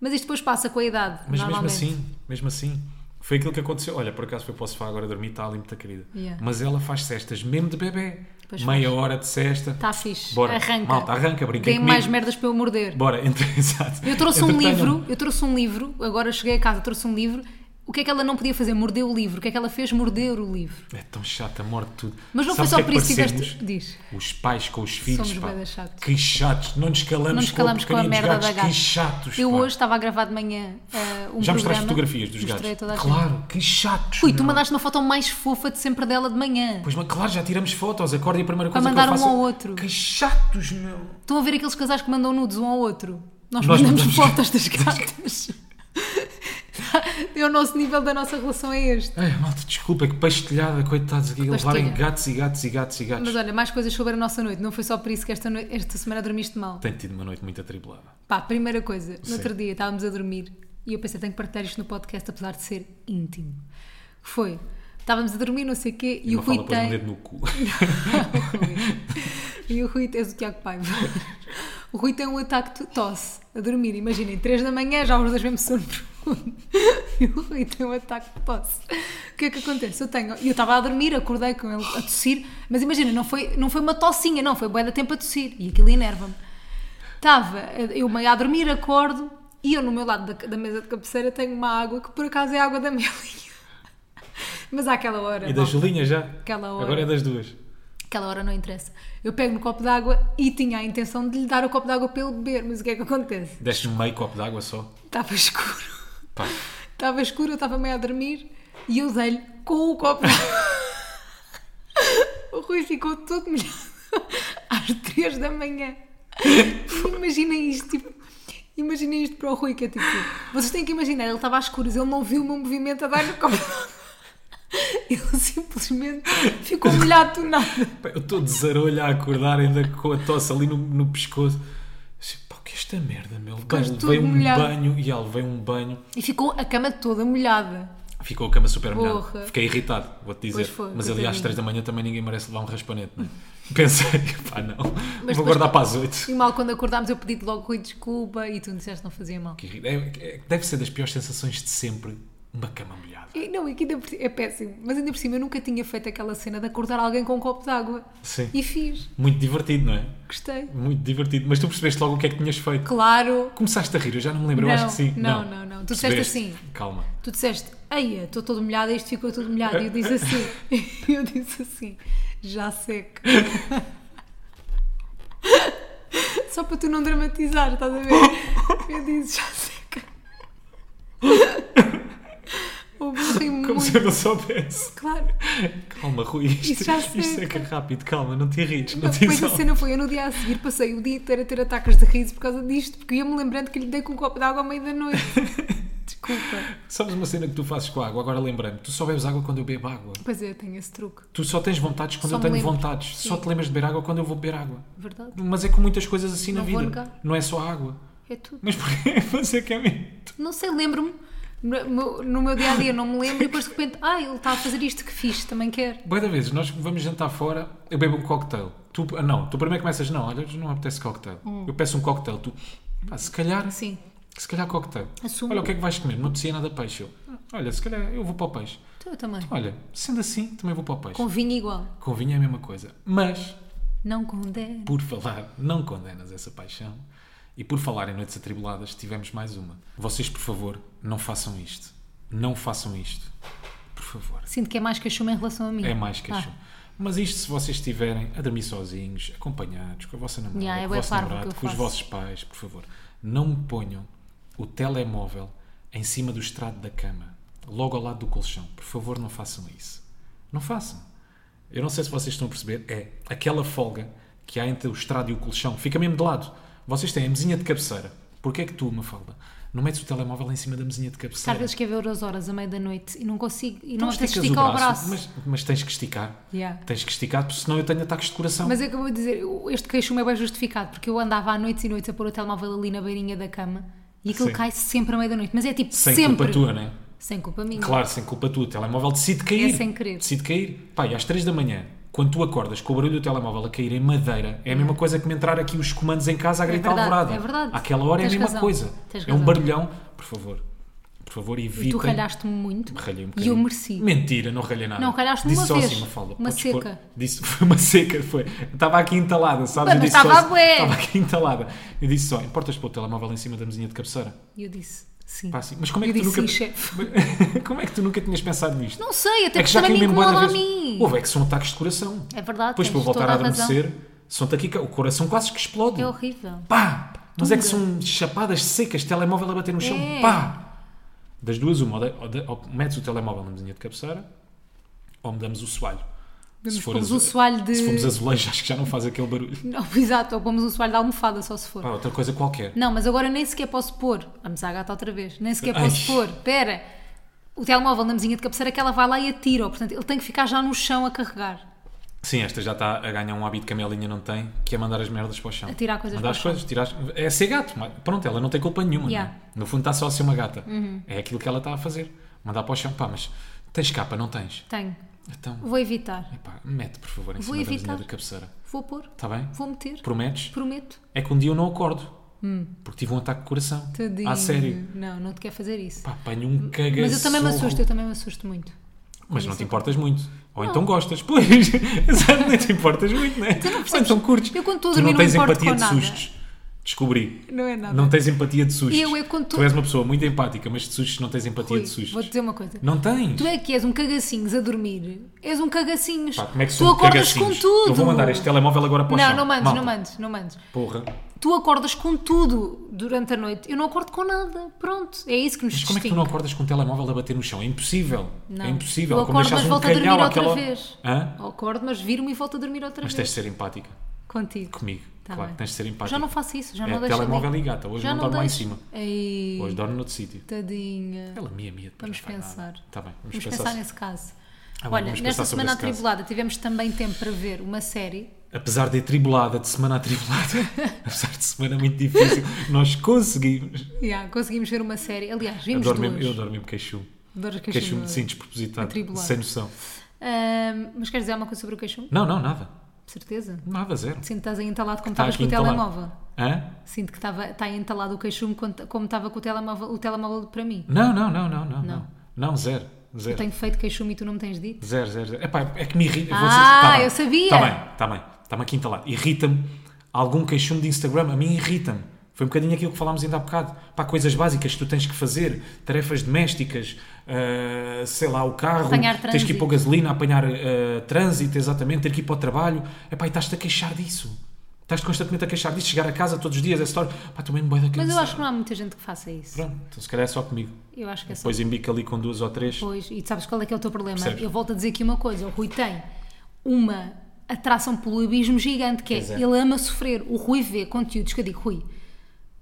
[SPEAKER 1] Mas isto depois passa com a idade.
[SPEAKER 2] Mas mesmo
[SPEAKER 1] normalmente.
[SPEAKER 2] assim, mesmo assim, foi aquilo que aconteceu. Olha, por acaso foi para o sofá agora dormir, está ali muito querida.
[SPEAKER 1] Yeah.
[SPEAKER 2] Mas ela faz cestas mesmo de bebê.
[SPEAKER 1] Pois Tá
[SPEAKER 2] Meia hora de cesta.
[SPEAKER 1] Está fixe.
[SPEAKER 2] Bora.
[SPEAKER 1] Arranca.
[SPEAKER 2] Malta, arranca, brinquem
[SPEAKER 1] Tem
[SPEAKER 2] comigo.
[SPEAKER 1] mais merdas para eu morder.
[SPEAKER 2] Bora, *laughs* entre, exato.
[SPEAKER 1] Eu trouxe um
[SPEAKER 2] Entretenham-me.
[SPEAKER 1] livro, eu trouxe um livro, agora cheguei a casa, trouxe um livro. O que é que ela não podia fazer? Mordeu o livro. O que é que ela fez? Mordeu o livro.
[SPEAKER 2] É tão chata, morde tudo.
[SPEAKER 1] Mas não
[SPEAKER 2] Sabes
[SPEAKER 1] foi só
[SPEAKER 2] o é
[SPEAKER 1] por isso que
[SPEAKER 2] parecemos?
[SPEAKER 1] tiveste. Diz.
[SPEAKER 2] Os pais com os filhos,
[SPEAKER 1] Somos
[SPEAKER 2] pá.
[SPEAKER 1] bué de chatos.
[SPEAKER 2] Que chatos, não nos calamos,
[SPEAKER 1] Não nos calamos com a
[SPEAKER 2] porcaria
[SPEAKER 1] merda
[SPEAKER 2] dos
[SPEAKER 1] da
[SPEAKER 2] gatos.
[SPEAKER 1] gata.
[SPEAKER 2] Que chatos,
[SPEAKER 1] Eu
[SPEAKER 2] pá.
[SPEAKER 1] hoje estava a gravar de manhã eh, um
[SPEAKER 2] Já mostraste
[SPEAKER 1] programa.
[SPEAKER 2] fotografias dos
[SPEAKER 1] Mostrei
[SPEAKER 2] gatos?
[SPEAKER 1] a toda a gente.
[SPEAKER 2] Claro, que chatos.
[SPEAKER 1] Ui, tu
[SPEAKER 2] meu.
[SPEAKER 1] mandaste uma foto mais fofa de sempre dela de manhã.
[SPEAKER 2] Pois, mas claro, já tiramos fotos. Acorda e a primeira
[SPEAKER 1] Para
[SPEAKER 2] coisa
[SPEAKER 1] mandar
[SPEAKER 2] que eu
[SPEAKER 1] um
[SPEAKER 2] faço... é-
[SPEAKER 1] ao outro.
[SPEAKER 2] Que chatos, meu.
[SPEAKER 1] Estão a ver aqueles casais que mandam nudes um ao outro? Nós,
[SPEAKER 2] Nós
[SPEAKER 1] mandamos
[SPEAKER 2] mandamos-
[SPEAKER 1] fotos das gatas. *laughs* é o nosso nível da nossa relação é este.
[SPEAKER 2] Ai, malta, desculpa, é que pastelhada, coitados aqui. Levarem
[SPEAKER 1] pastilha.
[SPEAKER 2] gatos e gatos e gatos e gatos.
[SPEAKER 1] Mas olha, mais coisas sobre a nossa noite. Não foi só por isso que esta, noite- esta semana dormiste mal.
[SPEAKER 2] Tenho tido uma noite muito atribulada.
[SPEAKER 1] Pá, primeira coisa, no outro dia estávamos a dormir e eu pensei, tenho que partilhar isto no podcast, apesar de ser íntimo. Foi, estávamos a dormir, não sei o quê, e,
[SPEAKER 2] E
[SPEAKER 1] o
[SPEAKER 2] uma
[SPEAKER 1] Rui
[SPEAKER 2] fala pôs um
[SPEAKER 1] tem.
[SPEAKER 2] dedo
[SPEAKER 1] *laughs*
[SPEAKER 2] no cu.
[SPEAKER 1] e o Rui, és o Tiago Paiva. O Rui tem um ataque de tosse a dormir, imaginem, 3 da manhã já os dois mesmo sono profundo. *laughs* E o Rui tem um ataque de tosse. O que é que acontece? Eu tenho, eu estava a dormir, acordei com ele a tossir, mas imagina, não foi, não foi uma tossinha, não, foi bué da tempo a tossir e aquilo enerva-me. Estava eu meio a dormir, acordo e eu no meu lado da, da mesa de cabeceira tenho uma água que por acaso é a água da Melinha. *laughs* Mas àquela hora.
[SPEAKER 2] E da
[SPEAKER 1] bom,
[SPEAKER 2] Julinha já?
[SPEAKER 1] Aquela hora.
[SPEAKER 2] Agora é das duas.
[SPEAKER 1] Aquela hora não interessa. Eu pego no copo d'água e tinha a intenção de lhe dar o copo d'água para ele beber, mas o que é que acontece?
[SPEAKER 2] Deste-me meio copo de água só.
[SPEAKER 1] Estava escuro.
[SPEAKER 2] Pá,
[SPEAKER 1] Estava escuro, eu estava meio a dormir e eu dei-lhe com o copo d'água. *laughs* o Rui ficou todo molhado *laughs* às 3 da manhã. Imaginem isto, tipo, imaginem isto para o Rui, que é tipo, vocês têm que imaginar, ele estava às escuras, ele não viu o meu movimento a dar no copo d'água. *laughs* Ele simplesmente ficou molhado do nada.
[SPEAKER 2] Pá, eu estou de zarolho a acordar ainda com a tosse ali no, no pescoço. Assim, pá, o que é esta merda, meu? Bem,
[SPEAKER 1] Ficaste
[SPEAKER 2] levei
[SPEAKER 1] todo
[SPEAKER 2] um
[SPEAKER 1] molhado.
[SPEAKER 2] banho e ah, levei um banho.
[SPEAKER 1] E ficou a cama toda molhada.
[SPEAKER 2] Ficou a cama super
[SPEAKER 1] Porra.
[SPEAKER 2] molhada. Fiquei irritado, vou-te dizer.
[SPEAKER 1] Pois foi,
[SPEAKER 2] Mas ali às
[SPEAKER 1] coitadinho.
[SPEAKER 2] 3 da manhã também ninguém merece levar um raspanete, não é? *laughs* Pensei, pá, não.
[SPEAKER 1] Mas
[SPEAKER 2] vou
[SPEAKER 1] depois-
[SPEAKER 2] guardar para as 8.
[SPEAKER 1] E mal quando acordámos eu pedi-te logo Rui desculpa e tu me disseste que não fazia mal.
[SPEAKER 2] é, deve ser das piores sensações de sempre uma cama molhada.
[SPEAKER 1] E, não, e que ainda por, ci- é péssimo, mas ainda por cima eu nunca tinha feito aquela cena de acordar alguém com um copo de água.
[SPEAKER 2] Sim.
[SPEAKER 1] E fiz,
[SPEAKER 2] Muito divertido, não é?
[SPEAKER 1] gostei.
[SPEAKER 2] Muito divertido. Mas tu percebeste logo o que é que tinhas feito.
[SPEAKER 1] Claro,
[SPEAKER 2] Começaste a rir, eu já não me lembro,
[SPEAKER 1] Não,
[SPEAKER 2] eu acho que sim.
[SPEAKER 1] não, não, não. Tu disseste
[SPEAKER 2] Percebeste?
[SPEAKER 1] assim.
[SPEAKER 2] Calma.
[SPEAKER 1] tu disseste, eia, estou todo molhado, isto ficou todo molhado. E eu disse assim, *laughs* eu disse assim, já seco. *laughs* Só para tu não dramatizar, estás a ver? Eu disse, já seca. *laughs* Houve um rim
[SPEAKER 2] Como
[SPEAKER 1] muito
[SPEAKER 2] se eu não soubesse.
[SPEAKER 1] claro.
[SPEAKER 2] Calma, Rui, isto,
[SPEAKER 1] Isso já
[SPEAKER 2] isto
[SPEAKER 1] seca.
[SPEAKER 2] seca rápido, calma, não te irrites, não,
[SPEAKER 1] Não, assim-
[SPEAKER 2] te
[SPEAKER 1] depois a
[SPEAKER 2] exaltes.
[SPEAKER 1] cena foi, eu no dia a seguir passei o dia inteiro a ter ataques de riso por causa disto, porque eu ia-me lembrando que lhe dei com um copo de água à meia da
[SPEAKER 2] *laughs*
[SPEAKER 1] noite. Desculpa.
[SPEAKER 2] Sabes uma cena que tu fazes com a água, agora lembrei-me, tu só bebes água quando eu bebo água.
[SPEAKER 1] Pois é, eu tenho esse truque,
[SPEAKER 2] Tu só tens vontades quando
[SPEAKER 1] Só
[SPEAKER 2] eu
[SPEAKER 1] me
[SPEAKER 2] tenho
[SPEAKER 1] lembro.
[SPEAKER 2] vontades.
[SPEAKER 1] Sim.
[SPEAKER 2] Só te lembras de beber água quando eu vou beber água.
[SPEAKER 1] verdade?
[SPEAKER 2] Mas é com muitas coisas assim
[SPEAKER 1] Não
[SPEAKER 2] na
[SPEAKER 1] vou
[SPEAKER 2] vida.
[SPEAKER 1] negar.
[SPEAKER 2] Não é só a água.
[SPEAKER 1] É tudo.
[SPEAKER 2] Mas porquê você que *laughs* é mim?
[SPEAKER 1] Não sei, lembro-me. No meu- no meu dia a dia não me lembro e depois de repente, ah, ele está a fazer isto que fiz, também quer.
[SPEAKER 2] Boa da vez, nós vamos jantar fora, eu bebo um cocktail. Tu, ah, não, tu primeiro começas, não, olha, hoje não apetece cocktail.
[SPEAKER 1] Hum.
[SPEAKER 2] Eu peço um cocktail, tu, pá, se calhar,
[SPEAKER 1] Sim.
[SPEAKER 2] se calhar cocktail.
[SPEAKER 1] Assim, Assumo.
[SPEAKER 2] Olha, o que é que vais comer? Não apetecia nada peixe. Eu, olha, se calhar eu vou para o peixe.
[SPEAKER 1] Então eu também.
[SPEAKER 2] Olha, sendo assim, também vou para o peixe.
[SPEAKER 1] Com vinho igual.
[SPEAKER 2] Com vinho é a mesma coisa. Mas,
[SPEAKER 1] Não com 10.
[SPEAKER 2] por falar, não condenas essa paixão. E por falar em noites atribuladas, tivemos mais uma. Vocês, por favor, não façam isto. Não façam isto. Por favor.
[SPEAKER 1] Sinto que é mais cachuma em relação a mim.
[SPEAKER 2] É mais que
[SPEAKER 1] Ah,
[SPEAKER 2] achou. Mas isto se vocês estiverem a dormir sozinhos, acompanhados, com a vossa namorada,
[SPEAKER 1] Yeah, é
[SPEAKER 2] com o
[SPEAKER 1] bué
[SPEAKER 2] vosso
[SPEAKER 1] parvo que
[SPEAKER 2] namorado,
[SPEAKER 1] eu
[SPEAKER 2] com os
[SPEAKER 1] faço.
[SPEAKER 2] vossos pais, por favor, não ponham o telemóvel em cima do estrado da cama, logo ao lado do colchão. Por favor, não façam isso. Não façam. Eu não sei se vocês estão a perceber, é aquela folga que há entre o estrado e o colchão. Fica mesmo de lado. Vocês têm a mesinha de cabeceira. Porquê é que tu, Mafalda, não metes o telemóvel em cima da mesinha de
[SPEAKER 1] às
[SPEAKER 2] cabeceira?
[SPEAKER 1] vezes quer ver as horas a meio da noite e não consigo. E não
[SPEAKER 2] é. Então
[SPEAKER 1] até
[SPEAKER 2] esticas
[SPEAKER 1] estica o braço.
[SPEAKER 2] Mas, Então mas tens que esticar.
[SPEAKER 1] Yeah.
[SPEAKER 2] Tens que esticar, porque senão eu tenho ataques de coração.
[SPEAKER 1] Mas é que eu vou dizer, eu- este queixo é bem justificado, porque eu andava à noites e noites a pôr o telemóvel ali na beirinha da cama e aquilo
[SPEAKER 2] Sim.
[SPEAKER 1] cai sempre à meia-noite. Mas é tipo
[SPEAKER 2] sem
[SPEAKER 1] sempre.
[SPEAKER 2] culpa tua, né?
[SPEAKER 1] Sem culpa minha.
[SPEAKER 2] Claro, sem culpa tua. O telemóvel decide cair.
[SPEAKER 1] É sem querer.
[SPEAKER 2] Decide cair. Pá, e às 3 da manhã, quando tu acordas com o barulho do telemóvel a cair em madeira, é a mesma coisa que me entrar aqui os comandos em casa a gritar
[SPEAKER 1] verdade,
[SPEAKER 2] alvorada.
[SPEAKER 1] Hum. é verdade.
[SPEAKER 2] Àquela hora
[SPEAKER 1] Tens
[SPEAKER 2] é a mesma
[SPEAKER 1] razão.
[SPEAKER 2] coisa.
[SPEAKER 1] Tens
[SPEAKER 2] é um
[SPEAKER 1] razão.
[SPEAKER 2] barulhão. Por favor, por favor, evitem.
[SPEAKER 1] E tu ralhaste-me muito.
[SPEAKER 2] Ralhei um
[SPEAKER 1] e eu
[SPEAKER 2] bocadinho.
[SPEAKER 1] mereci.
[SPEAKER 2] Mentira, não ralhei nada.
[SPEAKER 1] Não, ralhaste-me
[SPEAKER 2] Disse
[SPEAKER 1] uma
[SPEAKER 2] só
[SPEAKER 1] vez.
[SPEAKER 2] assim uma falda.
[SPEAKER 1] Uma
[SPEAKER 2] Podes pôr-
[SPEAKER 1] seca.
[SPEAKER 2] Disse, *laughs* foi uma seca, foi. Eu Estava aqui entalada, sabes?
[SPEAKER 1] Mas
[SPEAKER 2] Eu disse só
[SPEAKER 1] estava
[SPEAKER 2] assim-
[SPEAKER 1] bué.
[SPEAKER 2] Estava aqui entalada. Eu disse só, importas pôr o telemóvel em cima da mesinha de cabeceira?
[SPEAKER 1] E eu disse sim.
[SPEAKER 2] Pá, assim, Mas como é
[SPEAKER 1] Eu
[SPEAKER 2] que tu
[SPEAKER 1] disse
[SPEAKER 2] nunca...
[SPEAKER 1] sim, chefe.
[SPEAKER 2] *laughs* como é que tu nunca tinhas pensado nisto?
[SPEAKER 1] Não sei, até
[SPEAKER 2] é
[SPEAKER 1] porque também me
[SPEAKER 2] mesmo bué da
[SPEAKER 1] incomoda a
[SPEAKER 2] vez-
[SPEAKER 1] mim.
[SPEAKER 2] Houve, é que são ataques de coração.
[SPEAKER 1] É verdade,
[SPEAKER 2] Depois
[SPEAKER 1] tens
[SPEAKER 2] para eu voltar
[SPEAKER 1] toda
[SPEAKER 2] a
[SPEAKER 1] razão.
[SPEAKER 2] adormecer, são daqui o coração quase que explode.
[SPEAKER 1] É horrível.
[SPEAKER 2] Pá! Mas é que são chapadas secas, telemóvel a bater no chão.
[SPEAKER 1] É.
[SPEAKER 2] Pá! Das duas, uma, ou, de- ou de- ou metes o telemóvel na mesinha de cabeceira, ou mudamos o soalho.
[SPEAKER 1] Vamos
[SPEAKER 2] for
[SPEAKER 1] pôr
[SPEAKER 2] azu-
[SPEAKER 1] o soalho de.
[SPEAKER 2] Se formos azulejos, acho que já não faz aquele barulho.
[SPEAKER 1] *laughs* Não, exato, ou pomos o soalho da almofada, só se for.
[SPEAKER 2] Pá, outra coisa qualquer.
[SPEAKER 1] Não, mas agora nem sequer posso pôr. Vamos à gata outra vez. Nem sequer
[SPEAKER 2] Ai.
[SPEAKER 1] posso pôr. Pera. O telemóvel na mesinha de cabeceira que ela vai lá e atira. Portanto, ele tem que ficar já no chão a carregar.
[SPEAKER 2] Sim, esta já está a ganhar um hábito que a Melinha não tem, que é mandar as merdas para o chão.
[SPEAKER 1] A tirar coisas
[SPEAKER 2] mandar
[SPEAKER 1] para
[SPEAKER 2] as
[SPEAKER 1] o
[SPEAKER 2] coisas, tirar as- É ser gato. mas Pronto, ela não tem culpa nenhuma.
[SPEAKER 1] Yeah. Uhum.
[SPEAKER 2] não é? No fundo está só a ser uma gata. É aquilo que ela está a fazer. Mandar para o chão. Pá, mas tens capa, não tens?
[SPEAKER 1] Tenho.
[SPEAKER 2] Então,
[SPEAKER 1] Vou evitar.
[SPEAKER 2] epá, mete, por favor, em
[SPEAKER 1] Vou
[SPEAKER 2] cima da
[SPEAKER 1] evitar.
[SPEAKER 2] mesinha da cabeceira.
[SPEAKER 1] Vou pôr.
[SPEAKER 2] Está bem?
[SPEAKER 1] Vou meter.
[SPEAKER 2] Prometes?
[SPEAKER 1] Prometo.
[SPEAKER 2] É que um dia eu não acordo. Porque tive um ataque de coração.
[SPEAKER 1] Hum. Tadinho.
[SPEAKER 2] A sério.
[SPEAKER 1] Não, não te quero fazer isso.
[SPEAKER 2] Pá, apanho um cagaço.
[SPEAKER 1] mas eu também me assusto, eu também me assusto muito.
[SPEAKER 2] Mas não
[SPEAKER 1] Isso
[SPEAKER 2] te
[SPEAKER 1] é-
[SPEAKER 2] importas muito. Ou então gostas. Pois, *laughs* exato, nem te importas muito, né? Tu não Ou então curtes.
[SPEAKER 1] Eu quando estou a
[SPEAKER 2] tu
[SPEAKER 1] dormir
[SPEAKER 2] não
[SPEAKER 1] não
[SPEAKER 2] tens
[SPEAKER 1] me importo
[SPEAKER 2] empatia
[SPEAKER 1] com
[SPEAKER 2] de
[SPEAKER 1] nada.
[SPEAKER 2] sustos. Descobri.
[SPEAKER 1] Não é nada.
[SPEAKER 2] Não tens empatia de sustos.
[SPEAKER 1] Eu é quando tu-
[SPEAKER 2] tu... és uma pessoa muito empática, mas de sustos não tens empatia
[SPEAKER 1] Rui,
[SPEAKER 2] de sustos.
[SPEAKER 1] Vou-te dizer uma coisa.
[SPEAKER 2] Não tens.
[SPEAKER 1] Tu é que és um cagacinhos a dormir. És um cagacinhos.
[SPEAKER 2] Pá, como é que
[SPEAKER 1] tu
[SPEAKER 2] sou
[SPEAKER 1] acordas
[SPEAKER 2] cagacinhos?
[SPEAKER 1] com tudo.
[SPEAKER 2] Eu vou mandar este telemóvel agora para o
[SPEAKER 1] Não,
[SPEAKER 2] chão.
[SPEAKER 1] não mandes,
[SPEAKER 2] Malta.
[SPEAKER 1] não mandes, não mandes.
[SPEAKER 2] Porra.
[SPEAKER 1] Tu acordas com tudo durante a noite. Eu não acordo com nada. Pronto, é isso que nos
[SPEAKER 2] Mas como é que
[SPEAKER 1] distingue.
[SPEAKER 2] tu não acordas com o telemóvel a bater no chão? É impossível.
[SPEAKER 1] Não.
[SPEAKER 2] É impossível.
[SPEAKER 1] Eu
[SPEAKER 2] Como
[SPEAKER 1] acordo, mas
[SPEAKER 2] deixares um
[SPEAKER 1] volto a dormir
[SPEAKER 2] calhau
[SPEAKER 1] outra
[SPEAKER 2] àquela...
[SPEAKER 1] vez.
[SPEAKER 2] Hã?
[SPEAKER 1] Eu Acordo, mas viro-me e volto a dormir outra
[SPEAKER 2] Mas tens
[SPEAKER 1] vez.
[SPEAKER 2] de ser empática.
[SPEAKER 1] Contigo.
[SPEAKER 2] Comigo.
[SPEAKER 1] Tá
[SPEAKER 2] claro,
[SPEAKER 1] bem.
[SPEAKER 2] tens de ser empática.
[SPEAKER 1] Já não faço isso, já
[SPEAKER 2] É,
[SPEAKER 1] não deixo. ali.
[SPEAKER 2] telemóvel e gata. Hoje
[SPEAKER 1] já
[SPEAKER 2] não dorme lá em
[SPEAKER 1] deixo.
[SPEAKER 2] cima.
[SPEAKER 1] Ei,
[SPEAKER 2] Hoje dorme noutro sítio.
[SPEAKER 1] tadinha.
[SPEAKER 2] Ela mia, mia. depois
[SPEAKER 1] Vamos
[SPEAKER 2] não faz nada.
[SPEAKER 1] pensar.
[SPEAKER 2] Tá bem, vamos,
[SPEAKER 1] Vamos
[SPEAKER 2] pensar.
[SPEAKER 1] pensar nesse caso.
[SPEAKER 2] Ah, bem,
[SPEAKER 1] Olha,
[SPEAKER 2] vamos
[SPEAKER 1] nesta
[SPEAKER 2] pensar sobre
[SPEAKER 1] semana
[SPEAKER 2] esse caso.
[SPEAKER 1] atribulada tivemos também tempo para ver uma série.
[SPEAKER 2] Apesar de atribulada, de
[SPEAKER 1] *laughs*
[SPEAKER 2] semana atribulada, apesar de semana muito difícil, nós conseguimos.
[SPEAKER 1] Yeah, conseguimos ver uma série. Aliás,
[SPEAKER 2] Eu
[SPEAKER 1] vimos
[SPEAKER 2] dormi, é
[SPEAKER 1] duas.
[SPEAKER 2] eu dormi-me queixume.
[SPEAKER 1] Adoro queixume.
[SPEAKER 2] Queixume, sim, despropositado.
[SPEAKER 1] Atribulado.
[SPEAKER 2] Sem noção.
[SPEAKER 1] Ahm, mas queres dizer alguma coisa sobre o queixume?
[SPEAKER 2] Não, não, nada.
[SPEAKER 1] De certeza?
[SPEAKER 2] Nada, zero.
[SPEAKER 1] Sinto que estás aí entalado como
[SPEAKER 2] Tá
[SPEAKER 1] estavas
[SPEAKER 2] aqui
[SPEAKER 1] com o
[SPEAKER 2] entalado.
[SPEAKER 1] telemóvel.
[SPEAKER 2] Hã?
[SPEAKER 1] Sinto que estava, está aí entalado o queixume quando- como estava com o telemóvel, o telemóvel para mim.
[SPEAKER 2] Não, não, não, não, não.
[SPEAKER 1] Não.
[SPEAKER 2] Não, não zero. Zero.
[SPEAKER 1] Eu tenho feito queixume e tu não me tens dito.
[SPEAKER 2] Zero, zero, zero. Epá, é que me irrita.
[SPEAKER 1] Ah, eu sabia.
[SPEAKER 2] Está bem, está bem. Está-me aqui entalado. Irrita-me algum queixume de Instagram. A mim irrita-me. Foi um bocadinho aquilo que falámos ainda há bocado. Pá, coisas básicas que tu tens que fazer. Tarefas domésticas. ah, sei lá, o carro.
[SPEAKER 1] Apanhar
[SPEAKER 2] Tens que ir
[SPEAKER 1] trânsito.
[SPEAKER 2] para o gasolina, apanhar ah, trânsito, exatamente. Ter que ir para o trabalho. Epá, e estás-te a queixar disso. Estás-te constantemente a queixar disso. Chegar a casa todos os dias, essa história. Pá, também me boi da
[SPEAKER 1] Mas eu
[SPEAKER 2] cabeça.
[SPEAKER 1] acho que não há muita gente que faça isso.
[SPEAKER 2] Pronto, então se calhar é só comigo.
[SPEAKER 1] Eu acho que é só
[SPEAKER 2] Depois embica ali com duas ou três.
[SPEAKER 1] Pois, e tu sabes qual é que é o teu problema?
[SPEAKER 2] Percebes?
[SPEAKER 1] Eu volto a dizer aqui uma coisa: o Rui tem uma atração pelo abismo gigante, que é,
[SPEAKER 2] Pois é.
[SPEAKER 1] ele ama sofrer. O Rui vê conteúdos que eu digo, Rui,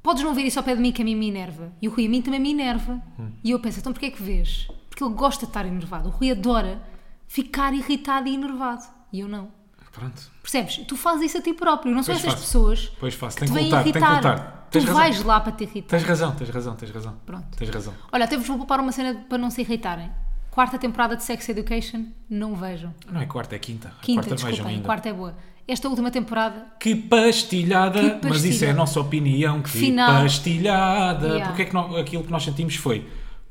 [SPEAKER 1] podes não ver isso ao pé de mim que a mim me enerva. E o Rui a mim também me enerva.
[SPEAKER 2] Hum.
[SPEAKER 1] E eu penso, então porquê é que vês? Porque ele gosta de estar enervado. O Rui adora ficar irritado e enervado. E eu não.
[SPEAKER 2] Pronto.
[SPEAKER 1] Percebes? Tu fazes isso a ti próprio, não são
[SPEAKER 2] Pois
[SPEAKER 1] essas
[SPEAKER 2] faço.
[SPEAKER 1] pessoas
[SPEAKER 2] Pois faço.
[SPEAKER 1] que
[SPEAKER 2] Tem
[SPEAKER 1] te
[SPEAKER 2] que
[SPEAKER 1] vêm
[SPEAKER 2] lutar, tem que
[SPEAKER 1] irritar.
[SPEAKER 2] lutar.
[SPEAKER 1] Tu
[SPEAKER 2] Tens razão.
[SPEAKER 1] vais lá para te irritar.
[SPEAKER 2] Tens razão, tens razão, tens razão.
[SPEAKER 1] Pronto.
[SPEAKER 2] Tens razão.
[SPEAKER 1] Olha, até vos vou poupar uma cena para não se irritarem. Quarta temporada de Sex Education, não vejam.
[SPEAKER 2] Não é quarta, é quinta. A
[SPEAKER 1] Quinta,
[SPEAKER 2] quarta vejam
[SPEAKER 1] desculpem,
[SPEAKER 2] ainda.
[SPEAKER 1] quarta é boa. Esta última temporada,
[SPEAKER 2] Que pastilhada!
[SPEAKER 1] Que pastilha.
[SPEAKER 2] Mas isso é a nossa opinião. Que
[SPEAKER 1] Final.
[SPEAKER 2] pastilhada!
[SPEAKER 1] Yeah.
[SPEAKER 2] Porque é que nó- aquilo que nós sentimos foi.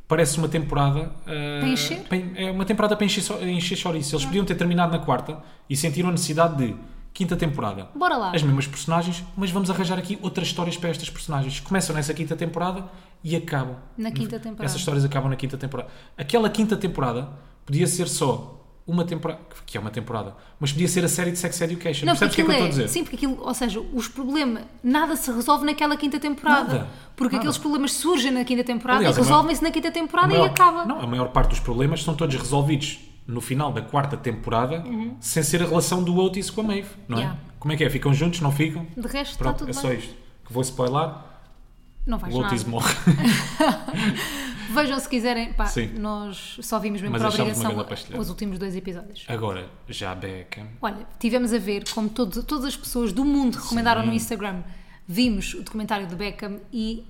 [SPEAKER 2] Parece uma temporada. ah,
[SPEAKER 1] Para encher? Ah.
[SPEAKER 2] pa- É uma temporada para encher, só- encher chouriço. Eles podiam ter terminado na quarta e sentiram a necessidade de Quinta temporada.
[SPEAKER 1] Bora lá.
[SPEAKER 2] As mesmas personagens, mas vamos arranjar aqui outras histórias para estas personagens. Começam nessa quinta temporada e acabam.
[SPEAKER 1] Na quinta temporada.
[SPEAKER 2] Essas histórias acabam na quinta temporada. Aquela quinta temporada podia ser só uma temporada, que é uma temporada, mas podia ser a série de Sex Education. Percebes o que é
[SPEAKER 1] aquilo
[SPEAKER 2] que eu estou a dizer?
[SPEAKER 1] Sim, porque aquilo, ou seja, os problemas, nada se resolve naquela quinta temporada.
[SPEAKER 2] Nada,
[SPEAKER 1] porque
[SPEAKER 2] nada.
[SPEAKER 1] aqueles problemas surgem na quinta temporada
[SPEAKER 2] Aliás,
[SPEAKER 1] e
[SPEAKER 2] a maior-
[SPEAKER 1] resolvem-se na quinta temporada
[SPEAKER 2] maior-
[SPEAKER 1] e acaba.
[SPEAKER 2] Não, a maior parte dos problemas são todos resolvidos no final da quarta temporada, sem ser a relação do Otis com a Maeve, não é?
[SPEAKER 1] Uhum. Yeah.
[SPEAKER 2] Como é que é? Ficam juntos, não ficam?
[SPEAKER 1] De resto, está
[SPEAKER 2] Pronto, é
[SPEAKER 1] tudo
[SPEAKER 2] só
[SPEAKER 1] bem.
[SPEAKER 2] isto. Que vou spoiler,
[SPEAKER 1] Não faz
[SPEAKER 2] o Otis
[SPEAKER 1] nada.
[SPEAKER 2] morre. *laughs*
[SPEAKER 1] Vejam se quiserem. Pá,
[SPEAKER 2] Sim.
[SPEAKER 1] nós só vimos mesmo
[SPEAKER 2] Mas
[SPEAKER 1] por
[SPEAKER 2] achámos uma
[SPEAKER 1] obrigação
[SPEAKER 2] grande pastelhada.
[SPEAKER 1] os últimos dois episódios.
[SPEAKER 2] Agora, já Beckham.
[SPEAKER 1] Olha, tivemos a ver como todo- todas as pessoas do mundo recomendaram no Instagram. Vimos o documentário do Beckham e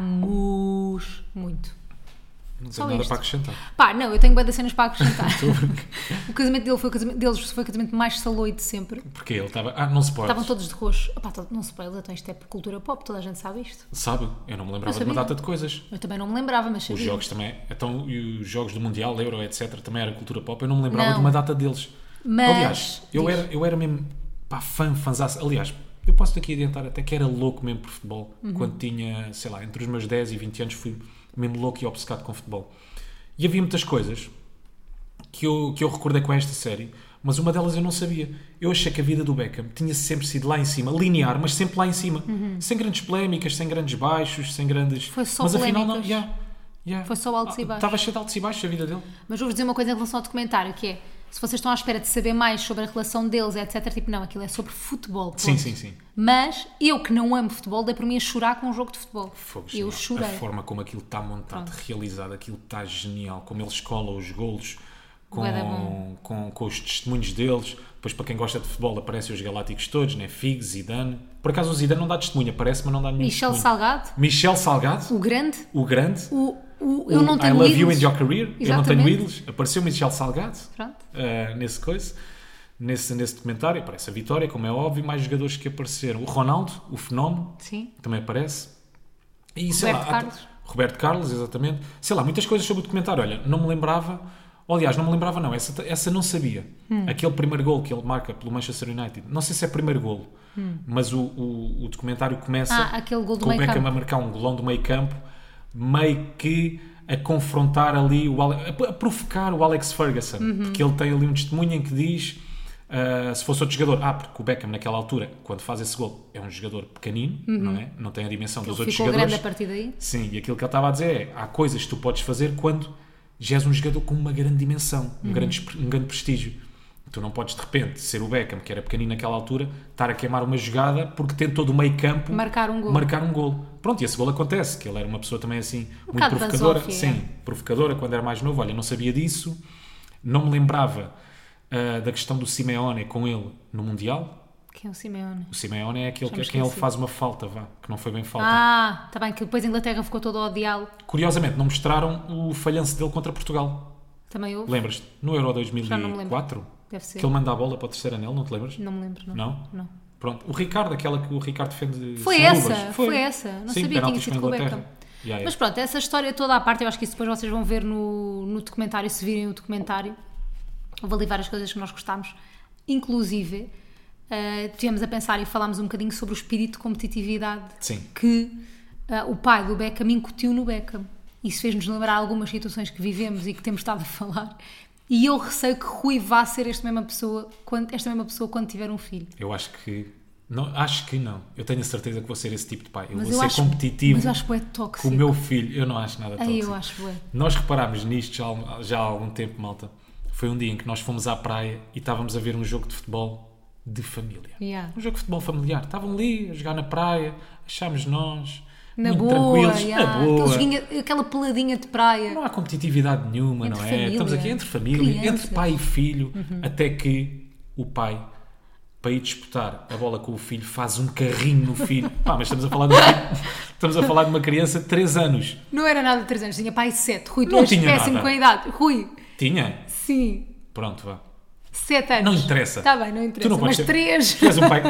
[SPEAKER 1] adorámos muito.
[SPEAKER 2] Não
[SPEAKER 1] Só
[SPEAKER 2] tenho nada
[SPEAKER 1] isto.
[SPEAKER 2] para acrescentar.
[SPEAKER 1] Pá, não, eu tenho bué de cenas para acrescentar.
[SPEAKER 2] *laughs*
[SPEAKER 1] o casamento dele foi o casamento, deles foi o casamento mais saloio de sempre.
[SPEAKER 2] Porque ele estava. Ah, não se pode.
[SPEAKER 1] Estavam todos de roxo. Opá, to- não spoiler, então isto é por cultura pop, toda a gente sabe isto.
[SPEAKER 2] Sabe? Eu não me lembrava de
[SPEAKER 1] sabia.
[SPEAKER 2] uma data de coisas.
[SPEAKER 1] Eu também não me lembrava, mas
[SPEAKER 2] Os
[SPEAKER 1] sabia.
[SPEAKER 2] jogos também. Então, e os jogos do Mundial, Euro, etc., também era cultura pop. Eu não me lembrava
[SPEAKER 1] Não.
[SPEAKER 2] de uma data deles.
[SPEAKER 1] Mas-
[SPEAKER 2] Aliás, eu
[SPEAKER 1] diz.
[SPEAKER 2] era, eu era mesmo pá, fã, fãzaço. Aliás, eu posso daqui adiantar até que era louco mesmo por futebol.
[SPEAKER 1] Uhum.
[SPEAKER 2] Quando tinha, sei lá, entre os meus 10 e 20 anos fui mesmo louco e obcecado com futebol. E havia muitas coisas que eu, que eu recordei com esta série, mas uma delas eu não sabia. Eu achei que a vida do Beckham tinha sempre sido lá em cima, linear, mas sempre lá em cima. Sem grandes polémicas, sem grandes baixos, sem grandes.
[SPEAKER 1] Uhum. Foi só
[SPEAKER 2] mas afinal não.
[SPEAKER 1] polémicas.
[SPEAKER 2] yeah, yeah.
[SPEAKER 1] Foi só altos e baixos.
[SPEAKER 2] Estava cheio de altos e baixos a vida dele.
[SPEAKER 1] Mas vou-vos dizer uma coisa em relação ao documentário, que é, se vocês estão à espera de saber mais sobre a relação deles, etc, tipo, não, aquilo é sobre futebol. ponto.
[SPEAKER 2] Sim, sim, sim.
[SPEAKER 1] Mas eu, que não amo futebol, dei por mim a chorar com um jogo de futebol.
[SPEAKER 2] Fogo,
[SPEAKER 1] eu
[SPEAKER 2] genial.
[SPEAKER 1] chorei.
[SPEAKER 2] A forma como aquilo está montado, realizado, aquilo está genial. Como eles colam os golos
[SPEAKER 1] Bué da
[SPEAKER 2] com,
[SPEAKER 1] bom.
[SPEAKER 2] com, com os testemunhos deles. Depois, para quem gosta de futebol, aparecem os galácticos todos, né? Figo, Zidane. Por acaso, o Zidane não dá testemunho, aparece, mas não dá nenhum
[SPEAKER 1] Michel
[SPEAKER 2] testemunho.
[SPEAKER 1] Salgado,
[SPEAKER 2] Michel Salgado,
[SPEAKER 1] o grande,
[SPEAKER 2] o grande.
[SPEAKER 1] o, o,
[SPEAKER 2] o
[SPEAKER 1] eu não
[SPEAKER 2] I
[SPEAKER 1] tenho
[SPEAKER 2] love you
[SPEAKER 1] ídolos.
[SPEAKER 2] in your career. Eu não tenho
[SPEAKER 1] Exatamente.
[SPEAKER 2] ídolos. Apareceu Michel Salgado
[SPEAKER 1] Pronto.
[SPEAKER 2] ah, nesse coisa. Nesse, nesse documentário aparece a Vitória, como é óbvio, e mais jogadores que apareceram. O Ronaldo, o Fenómeno,
[SPEAKER 1] Sim.
[SPEAKER 2] também aparece. E, sei
[SPEAKER 1] Roberto
[SPEAKER 2] há-
[SPEAKER 1] Carlos.
[SPEAKER 2] Roberto Carlos, exatamente. Sei lá, muitas coisas sobre o documentário. Olha, não me lembrava. ou, Aliás, não me lembrava, não. Essa, essa não sabia.
[SPEAKER 1] Hum.
[SPEAKER 2] Aquele primeiro gol que ele marca pelo Manchester United. Não sei se é primeiro golo, mas o, o, o documentário começa
[SPEAKER 1] Hum. Ah, aquele gol do
[SPEAKER 2] com o
[SPEAKER 1] meio
[SPEAKER 2] Beckham
[SPEAKER 1] campo.
[SPEAKER 2] a marcar um golão do meio campo, meio que a confrontar ali, o Ale- a, a provocar o Alex Ferguson.
[SPEAKER 1] Uhum.
[SPEAKER 2] Porque ele tem ali um testemunho em que diz. ah, se fosse outro jogador, ah, porque o Beckham naquela altura, quando faz esse gol, é um jogador pequenino, não é? Não tem a dimensão dos
[SPEAKER 1] Uhum. Ele
[SPEAKER 2] outros
[SPEAKER 1] ficou
[SPEAKER 2] jogadores.
[SPEAKER 1] grande a partir daí.
[SPEAKER 2] Sim, e aquilo que ele estava a dizer é: há coisas que tu podes fazer quando já és um jogador com uma grande dimensão,
[SPEAKER 1] Uhum.
[SPEAKER 2] um, grande, esp- um grande prestígio. Tu não podes, de repente, ser o Beckham, que era pequenino naquela altura, estar a queimar uma jogada porque tentou do meio campo
[SPEAKER 1] Marcar um golo.
[SPEAKER 2] marcar um golo. Pronto, e esse gol acontece, que ele era uma pessoa também assim, muito
[SPEAKER 1] Um bocado é.
[SPEAKER 2] provocadora.
[SPEAKER 1] basófia,
[SPEAKER 2] Sim, provocadora quando era mais novo. Olha, não sabia disso, não me lembrava ah, da questão do Simeone com ele no Mundial.
[SPEAKER 1] Quem é o Simeone?
[SPEAKER 2] O Simeone é aquele
[SPEAKER 1] Já
[SPEAKER 2] que,
[SPEAKER 1] me
[SPEAKER 2] a quem ele
[SPEAKER 1] esqueci.
[SPEAKER 2] faz uma falta, vá, que não foi bem falta.
[SPEAKER 1] Ah, está bem, que depois a Inglaterra ficou toda a odiá-lo.
[SPEAKER 2] Curiosamente, não mostraram o falhanço dele contra Portugal.
[SPEAKER 1] Também eu.
[SPEAKER 2] Lembras-te? No Euro
[SPEAKER 1] não me
[SPEAKER 2] 2004,
[SPEAKER 1] lembro. Deve ser.
[SPEAKER 2] que ele manda a bola para o terceiro anel, não te lembras?
[SPEAKER 1] Não me lembro, não.
[SPEAKER 2] Não?
[SPEAKER 1] Não.
[SPEAKER 2] Pronto. O Ricardo, aquela que o Ricardo defende.
[SPEAKER 1] Foi
[SPEAKER 2] sem
[SPEAKER 1] essa,
[SPEAKER 2] luvas.
[SPEAKER 1] foi essa. Não sabia que tinha
[SPEAKER 2] penaltis
[SPEAKER 1] sido com o
[SPEAKER 2] Inglaterra.
[SPEAKER 1] Beckham.
[SPEAKER 2] Yeah, yeah.
[SPEAKER 1] Mas pronto, essa história toda à parte, eu acho que isso depois vocês vão ver no, no documentário, se virem o documentário. Houve ali várias coisas que nós gostámos. Inclusive, eh, estivemos a pensar e falámos um bocadinho sobre o espírito de competitividade
[SPEAKER 2] Sim.
[SPEAKER 1] que ah, o pai do Beckham incutiu no Beckham. Isso fez-nos lembrar algumas situações que vivemos e que temos estado a falar. E eu receio que Rui vá ser esta mesma pessoa quando, esta mesma pessoa quando tiver um filho.
[SPEAKER 2] Eu acho que. Não, acho que não. Eu tenho a certeza que vou ser esse tipo de pai. Eu
[SPEAKER 1] Mas
[SPEAKER 2] vou
[SPEAKER 1] eu
[SPEAKER 2] ser
[SPEAKER 1] acho-
[SPEAKER 2] competitivo
[SPEAKER 1] mas eu acho bué
[SPEAKER 2] com
[SPEAKER 1] tóxico.
[SPEAKER 2] o meu filho. Eu não acho nada
[SPEAKER 1] Ai,
[SPEAKER 2] tóxico.
[SPEAKER 1] eu acho bué.
[SPEAKER 2] Nós reparámos nisto já, há- um, já há algum tempo, malta. Foi um dia em que nós fomos à praia e estávamos a ver um jogo de futebol de família.
[SPEAKER 1] Yeah.
[SPEAKER 2] Um jogo de futebol familiar. Estavam ali a jogar na praia, achámos nós,
[SPEAKER 1] Na
[SPEAKER 2] muito
[SPEAKER 1] boa,
[SPEAKER 2] tranquilos,
[SPEAKER 1] yeah.
[SPEAKER 2] na boa.
[SPEAKER 1] Aquele joguinho- aquela peladinha de praia.
[SPEAKER 2] Não há competitividade nenhuma,
[SPEAKER 1] Entre
[SPEAKER 2] não é?
[SPEAKER 1] família,
[SPEAKER 2] Estamos aqui entre família,
[SPEAKER 1] crianças. Uhum.
[SPEAKER 2] entre pai e filho, até que o pai, para ir disputar a bola com o filho, faz um carrinho no
[SPEAKER 1] *laughs*
[SPEAKER 2] filho. Pá, mas estamos a falar de, um filho- estamos a falar de uma criança de 3 anos.
[SPEAKER 1] Não era nada de 3 anos, tinha pai 7. Rui, tu
[SPEAKER 2] Não
[SPEAKER 1] és
[SPEAKER 2] tinha
[SPEAKER 1] péssimo
[SPEAKER 2] nada.
[SPEAKER 1] com a idade. Rui,
[SPEAKER 2] Tinha?
[SPEAKER 1] sim,
[SPEAKER 2] Pronto, vá.
[SPEAKER 1] 7 anos.
[SPEAKER 2] Não interessa.
[SPEAKER 1] Está bem, não interessa.
[SPEAKER 2] Tu não
[SPEAKER 1] mas
[SPEAKER 2] podes ter-
[SPEAKER 1] 3.
[SPEAKER 2] Tu és, um pai,